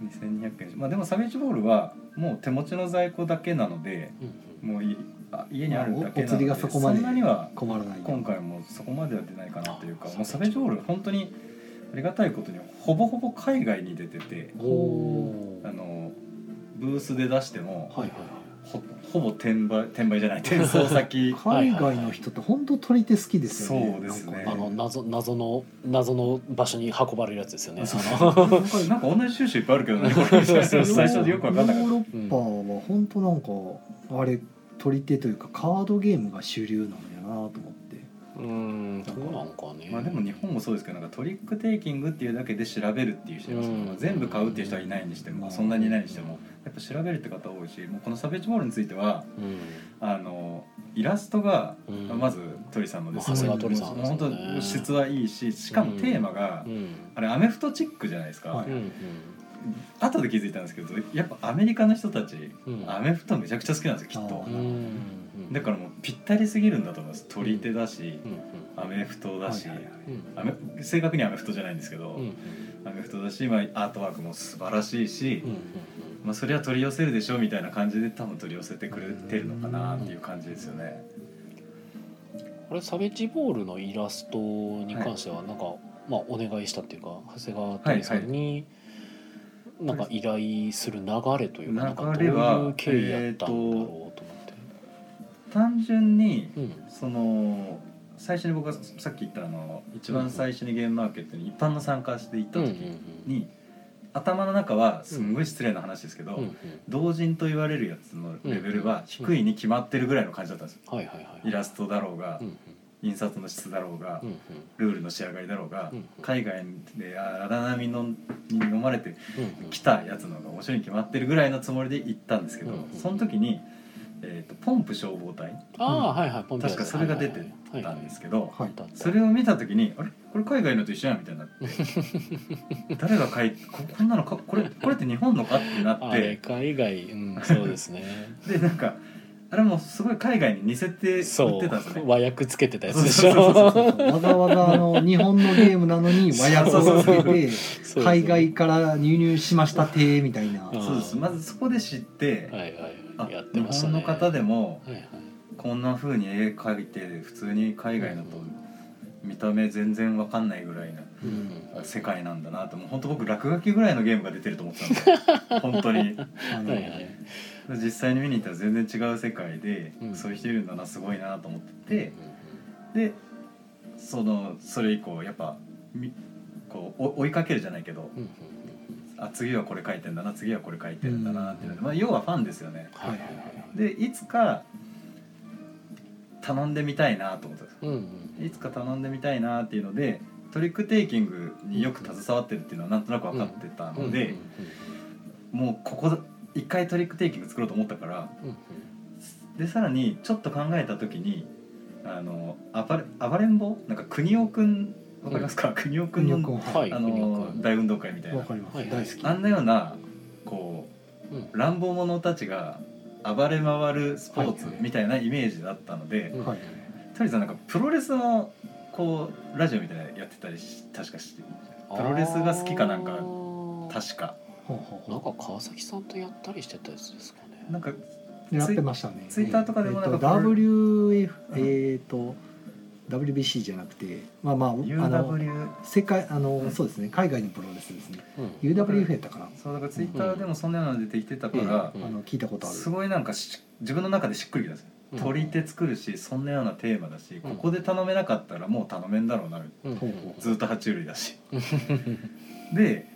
2200円まあでもサビージボールはもう手持ちの在庫だけなのでうんもういあ家にあるだけおおな釣りがのそでこまでんなには困らない今回もそこまでは出ないかなというかあもうサビージボール本当にありがたいことにほぼほぼ海外に出ててうんおーあのブースで出してもはいはいはいほほぼ転売転売じゃない転 [LAUGHS] 送先海外の人って本当取り手好きですよね。そうですねあの謎謎の謎の場所に運ばれるやつですよね。そうあのなんかなんか同じ収集いっぱいあるけどねこれそうそ最うそう初でよく分かんなかヨっーたロッパは本当なんかあれ取り手というかカードゲームが主流なんやなと思って。うーん、そうなんかね。まあでも日本もそうですけどなんかトリックテイキングっていうだけで調べるっていう人いますけど、うんまあ全部買うっていう人はいないにしても、うんそんなにいないにしてもやっぱ調べるって方多いしもうこのサベージボールについてはうん、あのイラストが、うんまず鳥さんのですねまあ長谷川鳥さんもうで本すよね当質はいいししかもテーマが、うん、あれアメフトチックじゃないですか、はういん、後で気づいたんですけどやっぱアメリカの人たちうん、アメフトめちゃくちゃ好きなんですよきっあとうーん、だからもうぴったりすぎるんだと思います取り手だし、うん、アメフトだし、はいはいはいうん、アメ正確にはアメフトじゃないんですけど、うん、うん、アメフトだし、まあ、アートワークも素晴らしいし、うん、まあ、それは取り寄せるでしょうみたいな感じで多分取り寄せてくれてるのかなっていう感じですよね。これサベッジボールのイラストに関してはなんか、まあお願いしたっていうか長谷川鳥さんに、なんか依頼する流れというかなんかどう流れはいう経緯やったんだろうと思って。単純にうん、その最初に僕がさっき言ったあの一番最初にゲームマーケットに一般の参加して行ったうん、うん時に、頭の中はすんごい失礼な話ですけど、うんうん同人と言われるやつのレベルは低いに決まってるぐらいの感じだったんですよ、はいはいはいイラストだろうが、うんうん印刷の質だろうが、うんうんルールの仕上がりだろうが、うん海外で荒波のに飲まれてうんうん来たやつの方が面白いに決まってるぐらいのつもりで行ったんですけうど、んその時に、えー、とポンプ消防隊ああーはいはいポンピア確かそれが出てたんですけど、はいだったそれを見た時にあれこれ海外のと一緒やんみたいになって [LAUGHS] 誰が書いここんなのかこれこれって日本のかってなっあれて海外うんそうですねでなんかあれもすごい海外に似せて売そってたんですうよね。和訳つけてたやつでしそうそうょそうわざわざあの日本のゲームなの [LAUGHS] に和訳をつけてそう海外から輸入しましたてみたいなうんそうですまずそこで知って、はいはあいやって日ました本ねの方でもはいはいこんな風に絵描いて普通に海外のと見た目全然わかんないぐらいなうん世界なんだなともう本当僕落書きぐらいのゲームが出てると思ってたんですよ [LAUGHS] 本当にあのはいはい実際に見に行ったら全然違う世界で、うんそういう人いるんだなすごいなと思っててでそのそれ以降やっぱみこうお追いかけるじゃないけどうんうんうんあ次はこれ書いてんだな次はこれ書いてんだなっていうので、うんまあ、要はファンですよね。はいはいはいでいつか頼んでみたいなと思ったんですうんうんいつか頼んでみたいなっていうのでトリックテイキングによく携わってるっていうのはなんとなく分かってたので、もうここ一回トリックテイキング作ろうと思ったからうんうんでさらにちょっと考えた時にあの暴れ暴れん坊なんか国尾くんわかりますか、国尾くん国の、尾君ははいいあ国尾のくん大運動会みたいわなかります、はい大好きあんなようなこうんうんう乱暴者たちが暴れ回るスポーツはいみたいなイメージだったので、うんはいとりあえずなんかプロレスもこうラジオみたいなのやってたりし確かしてプロレスが好きかなんあかー確かほうほうなんほか川崎さんとやったりしてたやつですかねなんかうやってましたねツイツイッターとかでもなえんかっと WF えっと WBC じゃなくてまあまああの UW 世界あのそうですね海外のプロレスですねうん UWF やったからそうだからツイッターでもそんなの出てきてたから、うんあの聞いたことあるすごいなんかし自分の中でしっくりきたんですようん取り手作るしそんなようなテーマだし、ここで頼めなかったらもう頼めんだろうなうんほうほずっと爬虫類だ [LAUGHS] しで、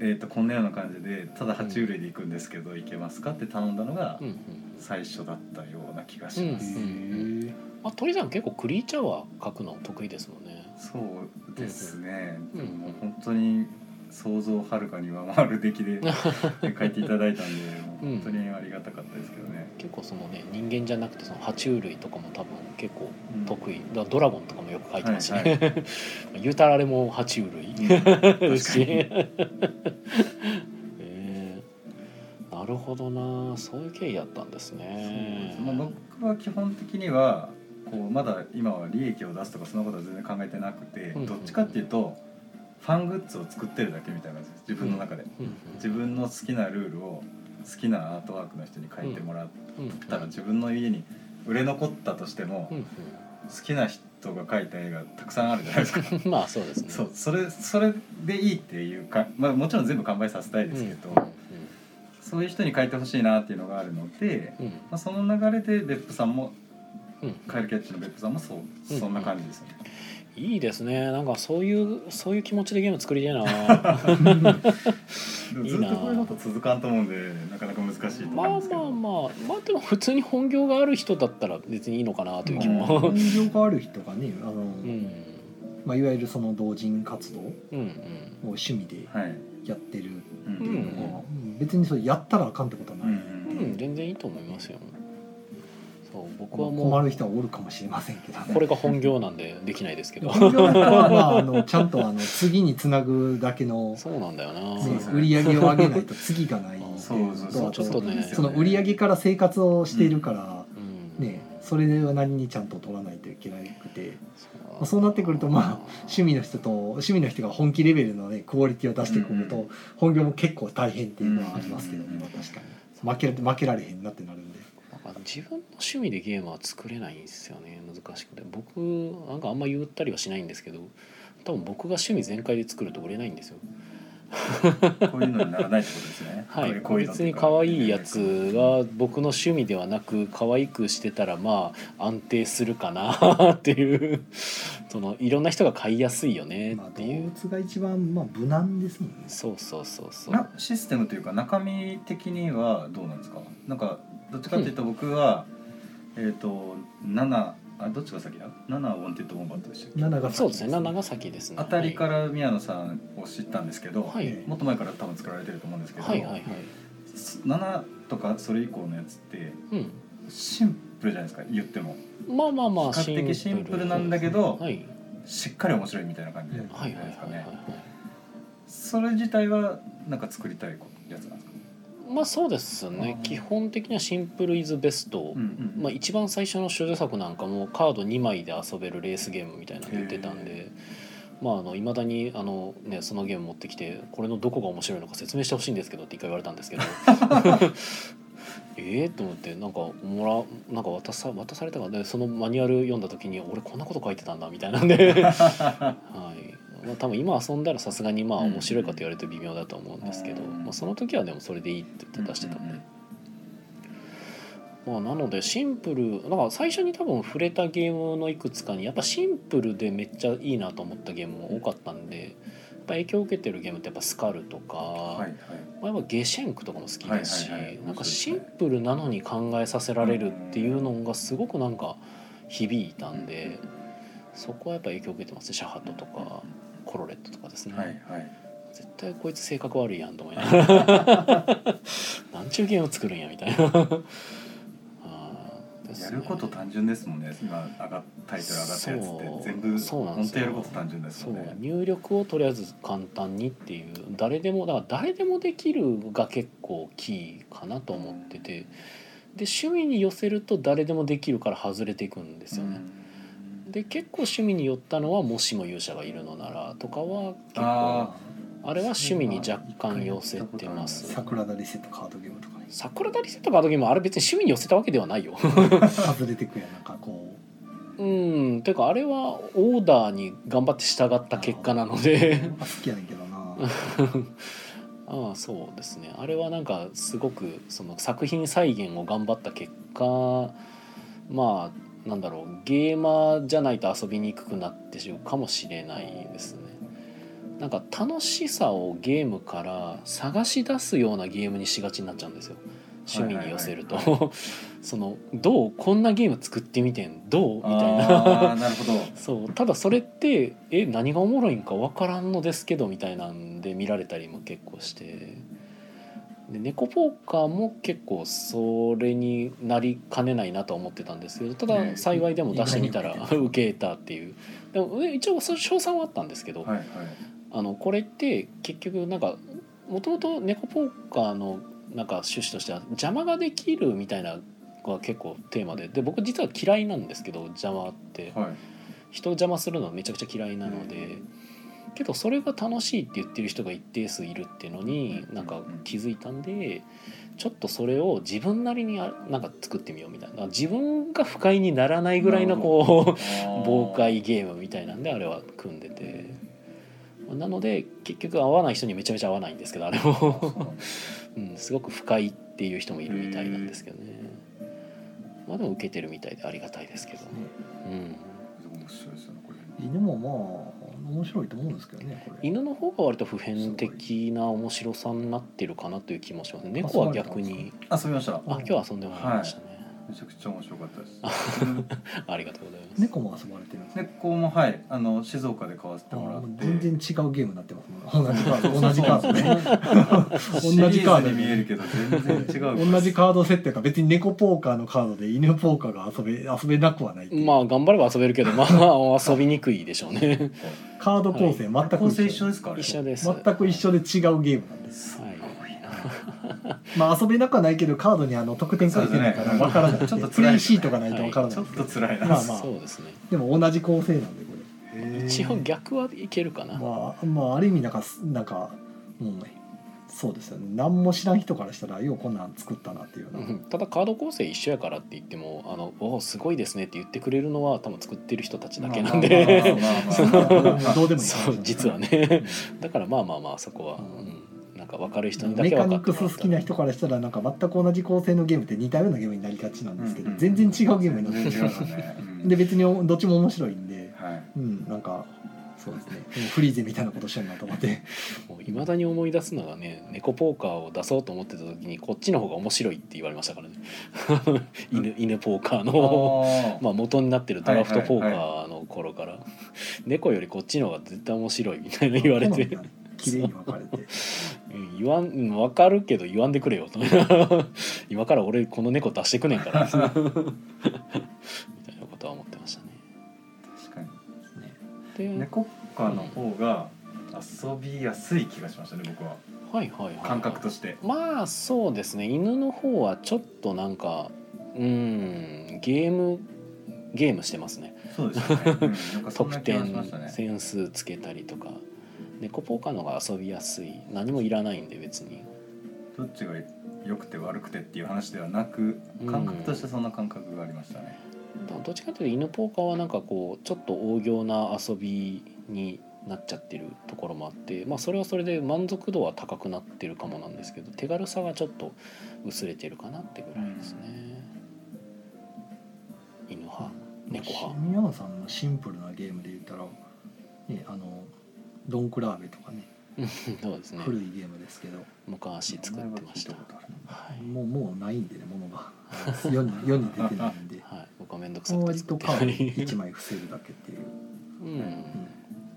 えー、とこんなような感じでただ爬虫類で行くんですけど、行けますかって頼んだのがうんうん最初だったような気がしまへす、うんえまあ鳥さん結構クリーチャーは描くの得意ですもんねそうですね、うんでももう本当に想像をはるかに上回る [LAUGHS] 出来で書いていただいたんでもう本当にありがたかったですけどね、結構そのね人間じゃなくてその爬虫類とかも多分結構うん得意だからドラゴンとかもよく描いてますしはい [LAUGHS] はね言うたらあれも爬虫類うんですし [LAUGHS] 確かにへ [LAUGHS] えなるほどなそういう経緯だったんですねまあ、僕は基本的にはこうまだ今は利益を出すとかそんなことは全然考えてなくて、うんどっちかっていうとファングッズを作ってるだけみたいな感じです自分の中で、うんうん自分の好きなルールを好きなアートワークの人に書いてもらったら自分の家に売れ残ったとしてもうんうん好きな人が描いた絵がたくさんあるじゃないですかうんまあ [LAUGHS] そうですねそうそれそれでいいっていうか、まあ、もちろん全部完売させたいですけど、そういう人に描いてほしいなっていうのがあるので、うんうんまあ、その流れで別府さんもうんうんカエルキャッチのベッドさんもそう、うんそんな感じですよね。いいですねなんかそういうそういう気持ちでゲーム作りたい [LAUGHS] なでもいいずなっとこれだと続かんと思うんで、なかなか難しいとまあまあ思うんですけど。まあまあでも普通に本業がある人だったら別にいいのかなという気まあも、本業がある人がねあの、 [LAUGHS] うんまあ、いわゆるその同人活動をうんうん趣味ではい。やってるう。うんのはん、別にそれやったらあかんってことはうない、うんん。全然いいと思いますよそう僕まあはも困うる人はおるかもしれませんけど、ね、これが本業なんでできないですけど本業の人は、まあ、あのちゃんとあの次につなぐだけの、そうなんだよな、そうでねす、ね売り上げを上げないと次がないうんそうそうそう。ちょっとねですそよの売り上げから生活をしているから、うんねそれなりにちゃんと取らないといけなくてそうまあそうなってくるとまあ趣味の人と趣味の人が本気レベルのねクオリティを出してくると、うん本業も結構大変っていうのはありますけどね、うんまあ確かに負ける負けられへんなってなるんで、なんか自分の趣味でゲームは作れないんですよね難しくて僕なんかあんま言ったりはしないんですけど多分僕が趣味全開で作ると売れないんですよ。こういうのにならないってことです [LAUGHS] ねはい、こういうのっ別ていにうか可愛いやつが僕の趣味ではなく可愛くしてたらまあ安定するかなっていうそのいろんな人が買いやすいよねまあ、って動いう、物が一番まあ無難ですもんねそうそうそうそうなシステムというか中身的にはどうなんですかなんかどっちかっていうと僕は、えっ、と7あどっちが先だ7をンテッドボンバットでしたっけ7がそうですねが長崎ですねあたりから宮野さんを知ったんですけど、はいもっと前から多分作られてると思うんですけど、はいはいはいはい、 7とかそれ以降のやつってうん、シンプルじゃないですか言ってもまあまあまあ比較的シンプルなんだけど、はい、しっかり面白いみたいな感じじゃはいはいないですかはいはいねはいそれ自体はなんか作りたいやつなんですか、まあそうですねあー基本的にはシンプルイズベスト、うんうんうんまあ、一番最初の少女作なんかもカード2枚で遊べるレースゲームみたいなのやってたんへで。まあ、あの未だにあの、ね、そのゲーム持ってきてこれのどこが面白いのか説明してほしいんですけどって一回言われたんです [LAUGHS] けどええと思ってなんかもらなんか渡さ渡されたからでそのマニュアル読んだ時に俺こんなこと書いてたんだみたいなんで、 [LAUGHS] はいまあ、多分今遊んだらさすがにまあ面白いかと言われて微妙だと思うんですけど、うんまあ、その時はでもそれでいいって言って出してたんで。まあ、なのでシンプルなんか最初に多分触れたゲームのいくつかにやっぱシンプルでめっちゃいいなと思ったゲームも多かったんでやっぱ影響を受けてるゲームってやっぱスカルとか、はいはいまあ、やっぱゲシェンクとかも好きですし、はいはいはいなんかシンプルなのに考えさせられるっていうのがすごくなんか響いたんで、そこはやっぱ影響を受けてますねシャハトとかコロレットとかですね、はいはい絶対こいつ性格悪いやんと思いながら [LAUGHS] なんちゅうゲーム作るんやみたいなあーですやねること単純ですもんね今上がっタイトル上がったやつって全部そうなんで本す当よやること単純ですそもんうね入力をとりあえず簡単にっていう誰でもだから誰でもできるが結構キーかなと思っててで趣味に寄せると誰でもできるから外れていくんですよね、で結構趣味に寄ったのはもしも勇者がいるのならとかは結構ああれは趣味に若干寄せてます桜田リセットカードゲームと [LAUGHS] かに桜田リセットカードゲームはあれ別に趣味に寄せたわけではないよ [LAUGHS] 外れてくやんなんかこうんていうかあれはオーダーに頑張って従った結果なのうでなんか好きやねんけど [LAUGHS] なああそうですねあれはなんかすごくその作品再現を頑張った結果まあなんだろうゲーマーじゃないと遊びにくくなってしまうかもしれないですねなんか楽しさをゲームから探し出すようなゲームにしがちになっちゃうんですよ趣味に寄せると、はいはい [LAUGHS] そのどうこんなゲーム作ってみてんどうみあたいなあーなるほどそうただそれってえ何がおもろいんか分からんのですけどみたいなんで見られたりも結構してで猫ポーカーも結構それになりかねないなとは思ってたんですけどたねだ幸いでも出してみたら意外 [LAUGHS] に受けたっていうでもえ一応そ賞賛はあったんですけど、はいはいあのこれって結局なんかもともと猫ポーカーのなんか趣旨としては邪魔ができるみたいなのが結構テーマでで僕実は嫌いなんですけど邪魔って。はい人を邪魔するのはめちゃくちゃ嫌いなので、けどそれが楽しいって言ってる人が一定数いるっていうのになんか気づいたんでちょっとそれを自分なりにあなんか作ってみようみたいな自分が不快にならないぐらいのこう妨妨 [LAUGHS] 害ゲームみたいなんであれは組んでてなので結局合わない人にめちゃめちゃ合わないんですけどあれも。うん、すごく不快っていう人もいるみたいなんですけどねまあでも受けてるみたいでありがたいですけど、うん、面白いですよねこれ犬もまあ面白いと思うんですけどねこれ犬の方が割と普遍的な面白さになってるかなという気もしますねあ猫は逆に遊びましたあうなんだ今日遊んでもらいましたね、めちゃくちゃ面白かったですうんありがとうございます猫も遊ばれてるんですね猫もはいあの静岡で買わせてもらあっもうて全然違うゲームになってますもん同じカードそ同うそじうカそーう [LAUGHS] ドね同同じじカカーードドにに見えるけど全然違 [LAUGHS] う同じカード設定が別に猫ポーカーのカードで犬ポーカーが遊べ遊べなくはないっていうまあ頑張れば遊べるけど [LAUGHS] まあ遊びにくいでしょうねカード構成全く構成一一緒緒ですかあれ一緒です全く一緒で違うゲームなんですすごいまあ遊べなくはないけどカードにあの得点書いてないからわからないそうですねちょっとプ辛いレでイすねシートがないとわからなないちょっと辛いまなあまあそうですねでも同じ構成なんでこれ一応逆はいけるかな、まあまあある意味なんかすなんかもうねそうですよね何も知らん人からしたらようこんなん作ったなっていうう [LAUGHS] な、んただカード構成一緒やからって言っても「あのおーすごいですね」って言ってくれるのは多分作ってる人たちだけなんでまあまあそんまなあまあまあまあどうでもいいそう実はねだからまあまあまあそこは、うん、なんか分かる人にだメけカ分かニっッてクもらスっ好たきな人からしたらなんか全く同じ構成のゲームって似たようなゲームになりがちなんですけど、うんうん全然違うゲームになって全る然違うよねうんで別にどっちも面白いんで、はいうん、なんかそうですねもうフリーゼみたいなことしてるなと思っていまだに思い出すのがね猫ポーカーを出そうと思ってた時にこっちの方が面白いって言われましたからね [LAUGHS] 犬犬ポーカーのあーまあ元になってるドラフトポーカはいはーの頃から、猫よりこっちの方が絶対面白いみたいな言われて好みが綺麗に分かれてうん言わんうん分かるけど言わんでくれよと [LAUGHS] 今から俺この猫出してくねんからみ [LAUGHS] たいなことは思ってましたね。確かにで猫科の方が遊びやすい気がしましたね僕ははいはいはいはい感覚としてまあそうですね犬の方はちょっとなんかうんゲームゲームしてますねそうですよね、うん、なんかそん得な気が点しましたね点数つけたりとか猫ポーカーの方が遊びやすい何もいらないんで別にどっちが良くて悪くてっていう話ではなく感覚としてそんな感覚がありましたね、どっちかというと犬ポーカーはなんかこうちょっと大行な遊びになっちゃってるところもあってまあそれはそれで満足度は高くなってるかもなんですけど手軽さがちょっと薄れてるかなってぐらいですね、犬派猫シ派ミヤンさんのシンプルなゲームで言ったら、ね、あのドンクラーベとかねそうですね古いゲームですけど、昔作ってました名前は聞いことあるはい、もうもうないんでねものが世に世に出てないんではい、僕は面倒くさくて割作とってカなードい1枚防ぐだけっていう、ううんん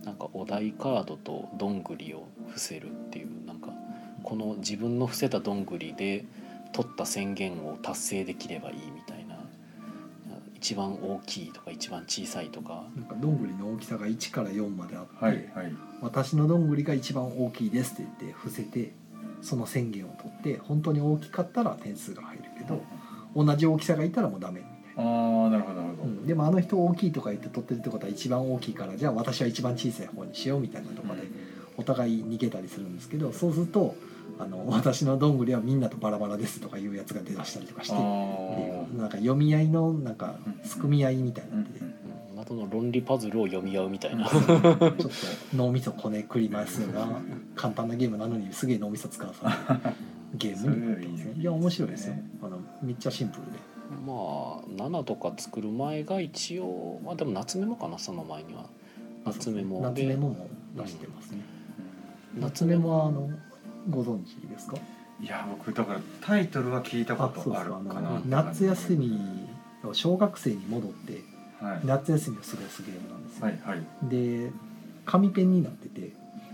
なんかお題カードとどんぐりを伏せるっていうなんかこの自分の伏せたどんぐりで取った宣言を達成できればいいみたいな一番大きいとか一番小さいとかなんかどんぐりの大きさが1から4まであって、はいはい私のどんぐりが一番大きいですって言って伏せてその宣言を取って本当に大きかったら点数が入るけど同じ大きさがいたらもうダメみたいな。ああなるほどなるほうど、ん、でもあの人大きいとか言って取ってるってことは一番大きいからじゃあ私は一番小さい方にしようみたいなところでお互い逃げたりするんですけどそうするとあの [LAUGHS] 私のどんぐりはみんなとバラバラですとかいうやつが出だしたりとかしてっていうあなんか読み合いのなんかすくみ合いみたいなあんでなどの論理パズルを読み合うみたいな、ちょっと脳みそこねくり回すような簡単なゲームなのにすげえ脳みそ使わされるゲームになってますねいや面白いですよあのめっちゃシンプルでまあ7とか作る前が一応まあでも夏メモかなその前には夏メモ夏でメモも出してますね夏夏メメモモはあのご存知ですかいや僕だからタイトルは聞いたこあそうとであするかあのかな夏休みを小学生に戻ってはい夏休みを過ごすゲームなんですよ、はいはいで紙ペンになってて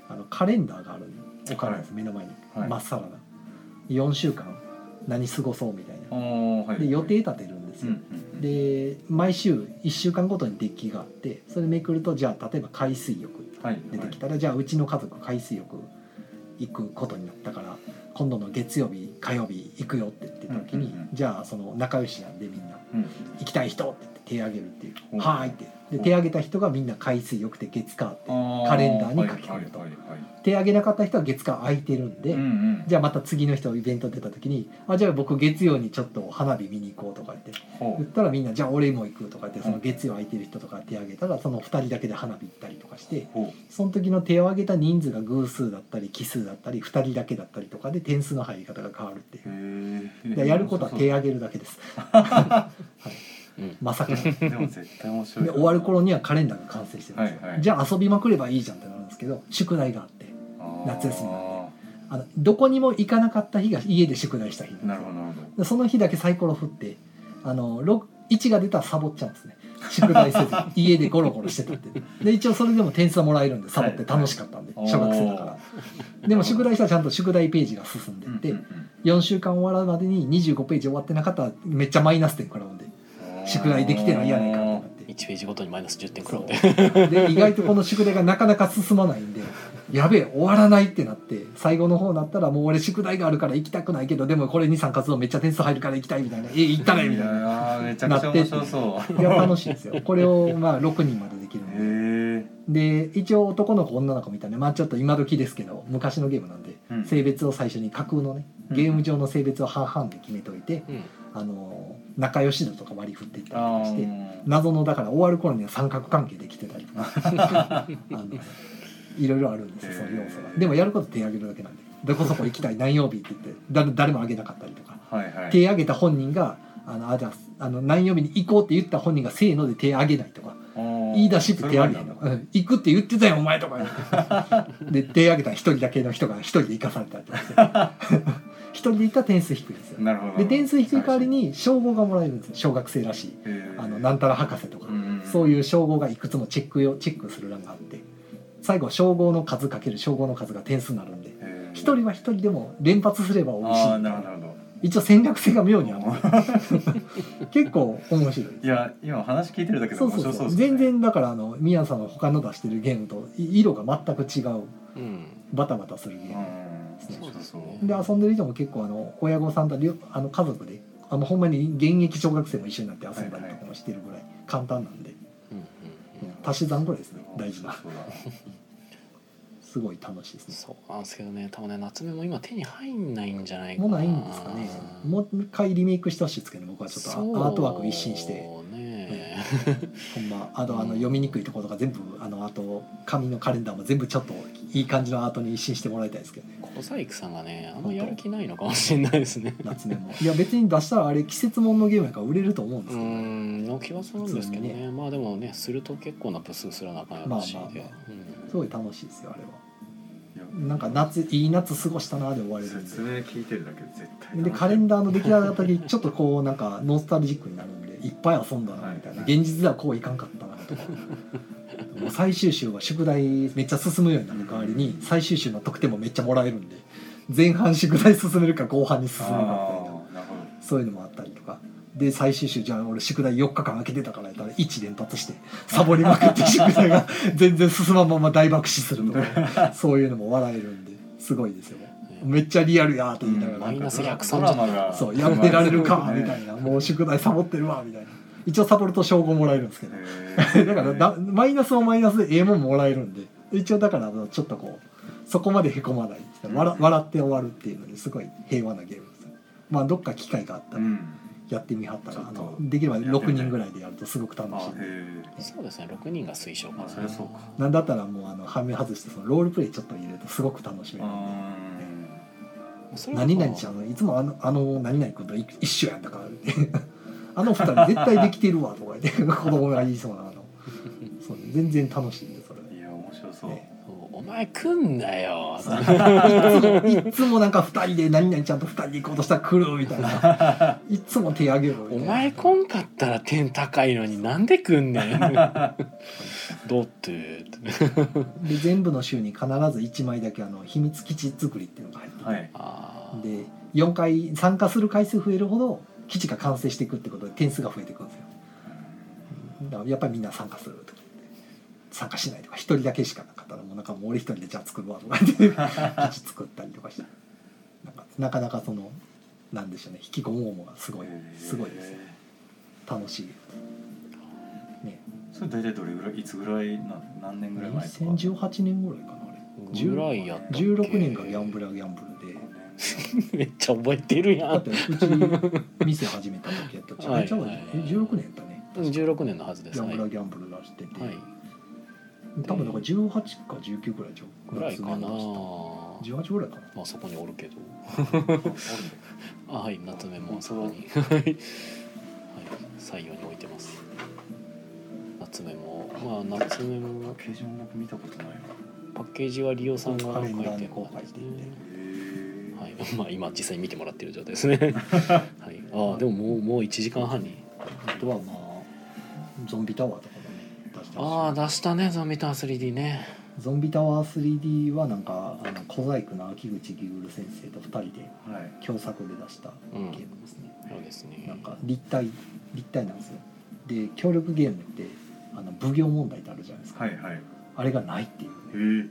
あのカレンダーがある置かれてます、目の前に、はい真っさらな4週間何過ごそうみたいあなーはいで予定立てるんですうんよ、うんうんで毎週1週間ごとにデッキがあってそれめくるとじゃあ例えば海水浴はいはい出てきたら、じゃあうちの家族海水浴行くことになったから今度の月曜日火曜日行くよって言ってた時に、うんうんうんじゃあその仲良しなんでみんなうん行きたい人って言って手挙げるっていう「うんはーい」ってでうん手挙げた人がみんな海水浴で月火ってあカレンダーに書き込むとはいはいはいはい手挙げなかった人は月火空いてるんで、うんうんじゃあまた次の人イベント出た時に「あじゃあ僕月曜にちょっと花火見に行こう」とか言ってほ言うったらみんな「じゃあ俺も行く」とか言ってその月曜空いてる人とか手挙げたらその2人だけで花火行ったりとかしてほその時の手を挙げた人数が偶数だったり奇数だったり2人だけだったりとかで点数の入り方が変わるっていうう。へでえやることは手挙げるだけです。 [LAUGHS] うんまさかのでも絶対面白いでな終わる頃にはカレンダーが完成してるんですよ、はいはいじゃあ遊びまくればいいじゃんってなるんですけど宿題があってあー夏休みなんあのどこにも行かなかった日が家で宿題した日なんですよなるほどなるほどでその日だけサイコロ振ってあのろ1が出たらサボっちゃうんですね宿題せずに [LAUGHS] 家でゴロゴロしてたっていうで一応それでも点数はもらえるんでサボって楽しかったんで、はいはい小学生だかおらでも宿題したらちゃんと宿題ページが進んでって、うんうん4週間終わるまでに25ページ終わってなかったらめっちゃマイナス点食らうんでうん宿題できてないやないかってなって1ページごとにマイナス10点くらうでそうで意外とこの宿題がなかなか進まないんでやべえ終わらないってなって最後の方になったらもう俺宿題があるから行きたくないけどでもこれに参加するとめっちゃ点数入るから行きたいみたいなえ行ったねみたいいなやーめちゃくちゃ面白そういや楽しいですよこれをまあ6人までできるへのでえねで一応男の子女の子みたいなまあちょっと今時ですけど昔のゲームなんで、うん性別を最初に架空のねうんゲーム上の性別を半々で決めといて、うんあの仲良し度とか割り振っていったりとあかしてー謎のだから終わる頃には三角関係できてたりとかあのいろいろあるんですよその要素がでもやること手挙げるだけなんでどこそこ行きたい何曜日って言ってだ誰も挙げなかったりとかはいはい手挙げた本人があのあじゃああの何曜日に行こうって言った本人がせーので手挙げないとか言い出しって手挙げへんの、うん行くって言ってたよお前とか言ってで手挙げた一人だけの人が一人で行かされたりとかして [LAUGHS] 一人で行ったら点数低いんですよなるほどで点数低い代わりに称号がもらえるんですよ小学生らしいあのなんたら博士とか、そういいう称号がいくつもチェックよチェックする欄があって最後称号の数かける称号の数が点数になるんでう一人は一人でも連発すれば美味しいああなるほど [LAUGHS] なるほ一応戦略性が妙にある [LAUGHS] 結構面白いどいや今話聞いてるだけでそう面そう白そそうう全然だからあのミヤさんの他の出してるゲームとい色が全く違ううんバタバタするゲうーム、んそうそうそうで遊んでる人も結構あの親御さんとりょあの家族であのほんまに現役小学生も一緒になって遊んだりとかもしてるぐらい簡単なんで、うんうんうん足し算ぐらいですね大事なそうだすごい楽しいですねそうなんですけどね多分ね夏目も今手に入んないんじゃないかもうないんですかねもう一回リメイクしてほしいですけどね僕はちょっとアアートワークを一新してそうねほんまあとあうんの読みにくいところとか全部あのあと紙のカレンダーも全部ちょっといい感じのアートに一新してもらいたいですけど [LAUGHS] ね小細工さんがねあんまやる気ないのかもしれないですね夏目もいや別に出したらあれ季節もんのゲームやから売れると思うんでうすけど、んの気はするんですけど普通ねまあでもねすると結構な部数すらなかなかしいで、まあまあうんすごい楽しいですよあれはいやなんか夏いい夏過ごしたなで終われるん説で明聞いてるだけで絶対でカレンダーの出来上がった時ちょっとこうなんかノスタルジックになるんでいっぱい遊んだなみたいなはい現実ではこういかんかったなとかもう最終週は宿題めっちゃ進むようになる代わりに最終週の得点もめっちゃもらえるんで前半宿題進めるか後半に進あめるかみたいな。ーなるほどそういうのもあったりとかで最終週じゃあ俺宿題4日間空けてたからやったら1連発してサボりまくって宿題 [LAUGHS] が全然進まんまま大爆死するとかそういうのも笑えるんですごいですよめっちゃリアルやーと言いながらマイナス130ドラマがそうやってられるかねみたいなもう宿題サボってるわみたいな一応サボると称号もらえるんですけどへ [LAUGHS] ーだからだマイナスもマイナスでええもんもらえるんで一応だからあのちょっとこうそこまでへこまない笑笑って終わるっていうのですごい平和なゲームですよまあどっか機会があったうらんやってみはったらちょあっとのできれば6人ぐらいでやるとすごく楽あしいーへそうですね6人が推奨えかまあそな、りゃそうかなんだったらもうあのはめ外してそのロールプレイちょっと入れるとすごく楽しめうるんでんそれは何々ちゃんいつもあのあの何々君とい一緒やんだから [LAUGHS] 言ってあの二人絶対できてるわとか言って [LAUGHS] 子供が言いそうなあのそう全然楽しいんでそれいや面白そうねお前来んな [LAUGHS] よいつもなんか二人で何々ちゃんと二人で行こうとしたら来るみたいないつも手上げるみたいおな前来んかったら点高いのになんで来んね [LAUGHS] んだってで全部の週に必ず一枚だけあの秘密基地作りっていうのが入っててはいあーで4回参加する回数増えるほど基地が完成していくってことで点数が増えていくんですよだからやっぱりみんな参加するとか言って参加しないとか1人だけしかなかったらもうなんかもう俺1人でじゃあ作るわとか言って基地作ったりとかしてなんかなかなかそのなんでしょうね引きこももがすごいすごいですよへ楽しいねーそれ大体どれぐらいいつぐらいな何年ぐらい前とか2018年ぐらいかなあれぐらいやったっけ16年がギャンブラーギャンブルで [LAUGHS] めっちゃ覚えてるやだっんてうち店始めた時やったちゃうちゃうわねえ16年やったね16年のはずでギすャねンブはラーいギャンブル出してて、多分だから18か19ぐらいじゃんぐらいかな18ぐらいかなまあそこにおるけど [LAUGHS] ああはい夏目もそこにはい採用に置いてます夏目もまあ夏目るのもパッケージも僕見たことないわへパッケージはリオさんがカ書レいンてダーにるこんう書いですていてねえはい、 [LAUGHS] まあ今実際に見てもらってる状態です [LAUGHS] ね。はい、ああでももうもう1時間半に。あとはまあゾンビタワーとかもね出してああまし出したねゾンビタワー 3D ね。たゾンビタワー 3D はなんかあの小細工の秋口ギグル先生と2人ではい共作で出したうゲーん。ムですね、そうですね。なんか立体立体なんですよで協力ゲームってあの奉行問題ってあるじゃないですか、はいはいへあれがないっていう、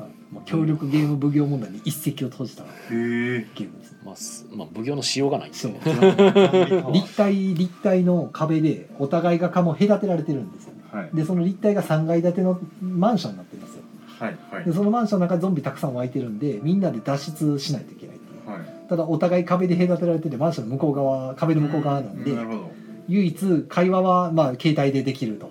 えはい、もう協力ゲーム奉行問題に一石を投じたへえゲームですねまあすまあ奉行のしようがないんです [LAUGHS] そうね。ゾンビタワー立体立体の壁でお互いがかも隔てられてるんですよねははいでその立体が3階建てのマンションになってるんですよはいはいでそのマンションの中ゾンビたくさん湧いてるんでみんなで脱出しないといけないっていうはいただお互い壁で隔てられててマンションの向こう側壁の向こう側なんで、なるほど唯一会話はまあ携帯でできると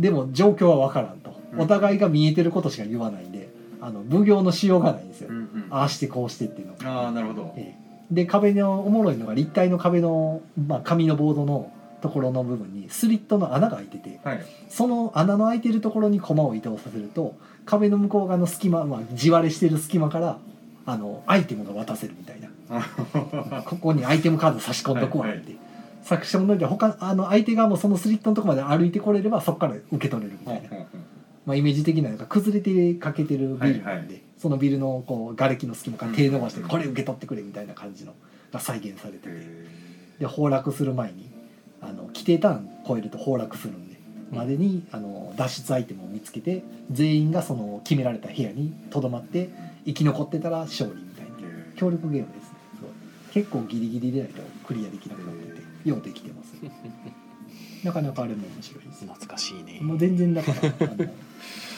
でも状況は分からんと、うんお互いが見えてることしか言わないんであの奉行のしようがないんですよ、うんうんああしてこうしてっていうのがああなるほどええで壁のおもろいのが立体の壁の、まあ、紙のボードのところの部分にスリットの穴が開いててはいその穴の開いてるところに駒を移動させると壁の向こう側の隙間、まあ、地割れしてる隙間からあのアイテムが渡せるみたいな [LAUGHS] あここにアイテムカード差し込んどくわって、作詞の上で他あの相手側もそのスリットのとこまで歩いてこれればそこから受け取れるみたいな、まあ、イメージ的なのが崩れてかけてるビルなんで、はいはいそのビルのこう瓦礫の隙間から手伸ばしてうんこれ受け取ってくれみたいな感じのが再現されててへで崩落する前にあの規定ターン超えると崩落するんで。までにあの脱出アイテムを見つけて全員がその決められた部屋にとどまって生き残ってたら勝利みたいなえ協力ゲームですね結構ギリギリでないとクリアできなくなっててようできてますなかなかあれも面白いです懐かしいねもう全然だからあの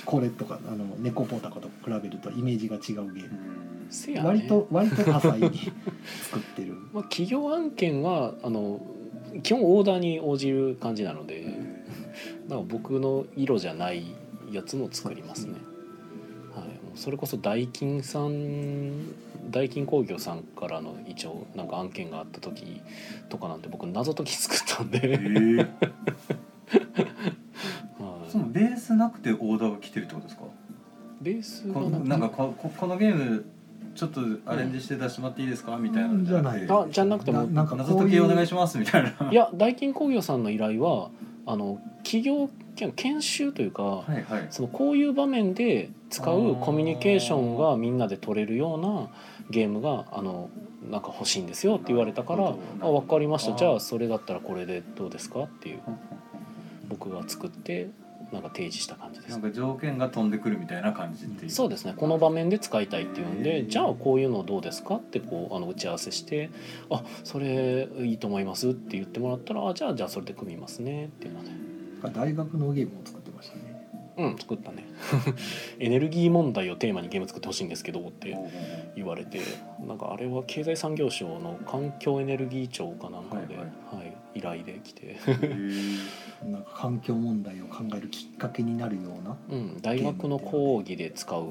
これとかあの猫ポータカと比べるとイメージが違うゲームうんせやね割と割と多彩に [LAUGHS] 作ってるまあ、企業案件はあの基本オーダーに応じる感じなので、なんか僕の色じゃないやつも作りますね。はい、もうそれこそダイキンさんダイキン工業さんからの一応なんか案件があった時とかなんて僕謎解き作った [LAUGHS] んへで、えはいそのベースなくてオーダーが来てるってことですかベースこがななんんかかこここのゲームちょっとアレンジして出してもらっていいですか、みたいなのじゃないあじゃなくてもなんか謎こう解きお願いいうしますみたいないやダイキン工業さんの依頼はあの企業研研修というか、はいはいそのこういう場面で使うコミュニケーションがみんなで取れるようなゲームがあのなんか欲しいんですよって言われたかならるほ「どあ分かりましたあーじゃあそれだったらこれでどうですか?」っていう僕が作ってなんか提示した感じでなすん。か条件が飛んでくるみたいな感じっていうそうですねこの場面で使いたいっていうんへでーじゃあこういうのどうですかってこうあの打ち合わせして「あそれいいと思います」って言ってもらったら「あじゃあじゃあそれで組みますね」っていうので大学のゲームを作ってましたねうん作ったね [LAUGHS] エネルギー問題をテーマにゲーム作ってほしいんですけどっておうおう言われてなんかあれは経済産業省の環境エネルギー庁かなんかで、ははいい依頼で来て、 [LAUGHS] おうへなんか環境問題を考えるきっかけになるようなうん、大学の講義で使う、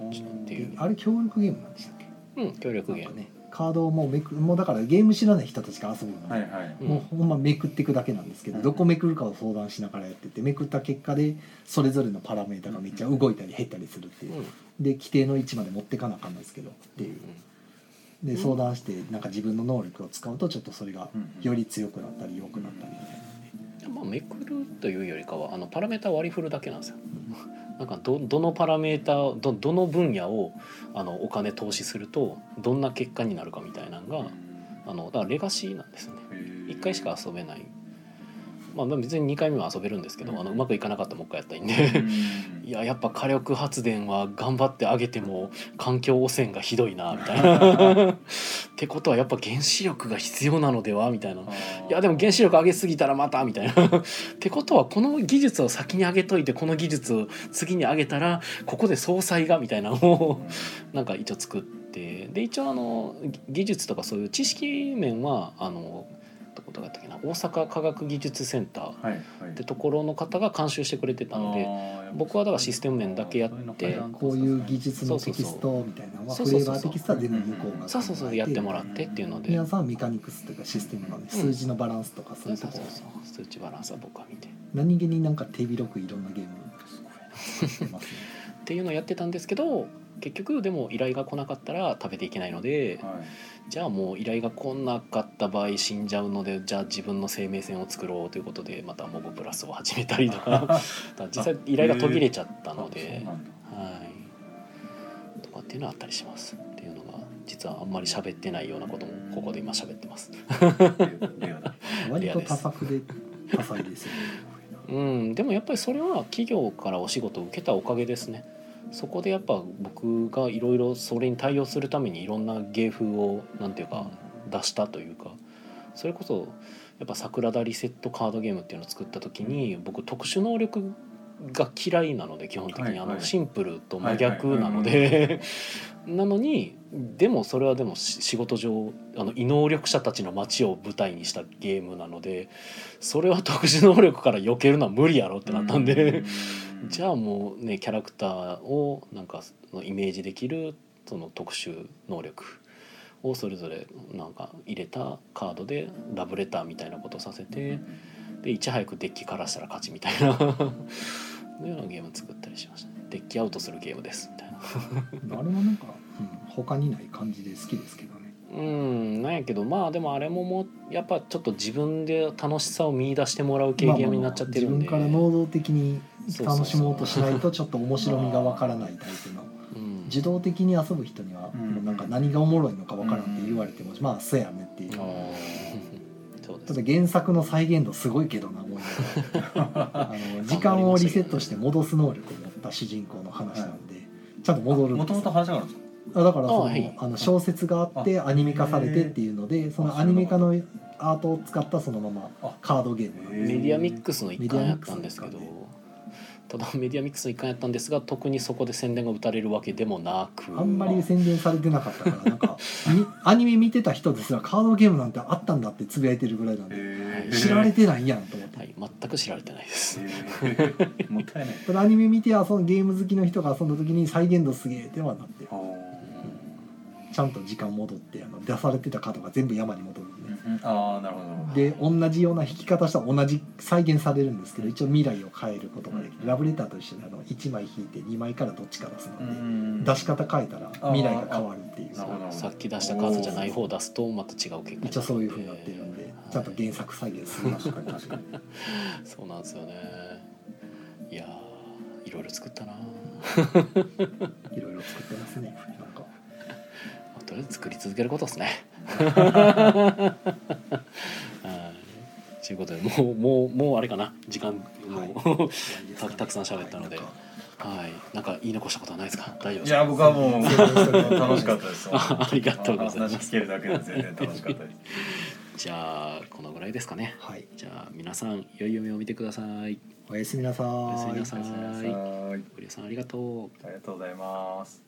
ーっていうあれ協力ゲームなんでしたっけうん、協力なんゲかーム、ねカードをもうめくもうだからゲーム知らない人たちが遊ぶので、はいはいうんもうほんまめくっていくだけなんですけど、うんどこめくるかを相談しながらやっててめくった結果でそれぞれのパラメータがめっちゃ動いたり減ったりするっていうう、んで規定の位置まで持ってかなあかんのですけどっていうでうん相談してなんか自分の能力を使うとちょっとそれがうんより強くなったり弱くなったりみたいなうんまあ、めくるというよりかはあのパラメータ割り振るだけなんですよ。 [LAUGHS] なんかどどのパラメータどどの分野をあのお金投資するとどんな結果になるかみたいなのがあのだからレガシーなんですよね。1回しか遊べないまあ別に2回目も遊べるんですけど、うんあのうまくいかなかったらもう一回やったらいいんで。いややっぱ火力発電は頑張って上げても環境汚染がひどいなみたいな。ってことはやっぱ原子力が必要なのではみたいな。いやでも原子力上げすぎたらまたみたいな。ってことはこの技術を先に上げといてこの技術を次に上げたらここで総裁がみたいなのをなんか一応作ってで一応あのぎ技術とかそういう知識面はあのどことだったっけな大阪科学技術センターっはいはいてところの方が監修してくれてたので。僕はだからシステム面だけやってこういう技術のテキストみたいなのはフそレうそうそうーバーテキストは全部向こうがそうそうそうやってもらってっていうので皆さんはメカニクスというかシステムのね数字のバランスとかそうそういうとそうこそうろ数値バランスは僕は見てっ何気になんか手広くいろんなゲーム作ってますね [LAUGHS] ていうのをやってたんですけど結局でも依頼が来なかったら食べていけないのでじゃあもう依頼が来なかった場合死んじゃうのでじゃあ自分の生命線を作ろうということでまたモブプラスを始めたりとかだから実際依頼が途切れちゃったので、はい、とかっていうのはあったりしますっていうのが実はあんまり喋ってないようなこともここで今喋ってます。割と多作で多彩ですよね。うん、でもやっぱりそれは企業からお仕事を受けたおかげですねそこでやっぱ僕がいろいろそれに対応するためにいろんな芸風をなんていうか出したというかそれこそやっぱ桜田リセットカードゲームっていうのを作った時に僕特殊能力が嫌いなので基本的はいにはあいのシンプルと真逆なのはいで [LAUGHS] なのにでもそれはでもし仕事上あの異能力者たちの街を舞台にしたゲームなのでそれは特殊能力から避けるのは無理やろってなったんで。じゃあもうねキャラクターをなんかそのイメージできるその特殊能力をそれぞれなんか入れたカードでラブレターみたいなことをさせてでいち早くデッキからしたら勝ちみたいな [LAUGHS] のようなゲーム作ったりしましたねデッキアウトするゲームですみたいなあれはなんか他にない感じで好きですけどねうんなんやけどまあでもあれももうやっぱちょっと自分で楽しさを見出してもらう系ゲームになっちゃってるんで、まあまあまあ自分から能動的にそうそうそう楽しもうとしないとちょっと面白みがわからないタイプのうん自動的に遊ぶ人にはうんもうなんか何がおもろいのかわからんって言われてもまあそうやねっていうあたー [LAUGHS] そうですだ原作の再現度すごいけどな思い [LAUGHS] ながらあの時間をリセットして戻す能力を持った主人公の話なんでちゃんと戻るんもですとよもと話があるんですかあだからそのあはいあの小説があってアニメ化されてっていうのでそのアニメ化のアートを使ったそのままあカードゲームなんですメディアミックスの一環やったんですけどメディアミッただメディアミックスの一環やったんですが特にそこで宣伝が打たれるわけでもなくあんまり宣伝されてなかったからなんかみアニメ見てた人ですらカードゲームなんてあったんだってつぶやいてるぐらいなんでへー知られてないやんと思って、はい、全く知られてないです、へーもったいないただアニメ見て遊んゲーム好きの人が遊んだ時に再現度すげえではなってちゃんと時間戻ってあの出されてたカードが全部山に戻るんでああなるほどなるほどで同じような弾き方したら同じ再現されるんですけど一応未来を変えることができるラブレターと一緒にあの1枚引いて2枚からどっちか出すので、うん出し方変えたら未来が変わるっていうなるほどさっき出したカードじゃない方を出すとまた違う結果一応そういうふうになってるんでちゃんと原作再現するなと確かに確かにそうなんですよねいやーいろいろ作ったなかいろいろ作ってますねなんかまあとりあえず作り続けることですね。 [LAUGHS] はいということでもうもうもうあれかな時間もうたたくさん喋ったのではいはいなんか言い残したことはないですか大丈夫でいすかや僕はもう楽しかったです [LAUGHS] ありがとうございます話聞けるだけで全然楽しかったですじゃあこのぐらいですかねはいじゃあ皆さん良い夢を見てくださいおやすみなさーいおやすみなさいはい堀江さんありがとうありがとうございます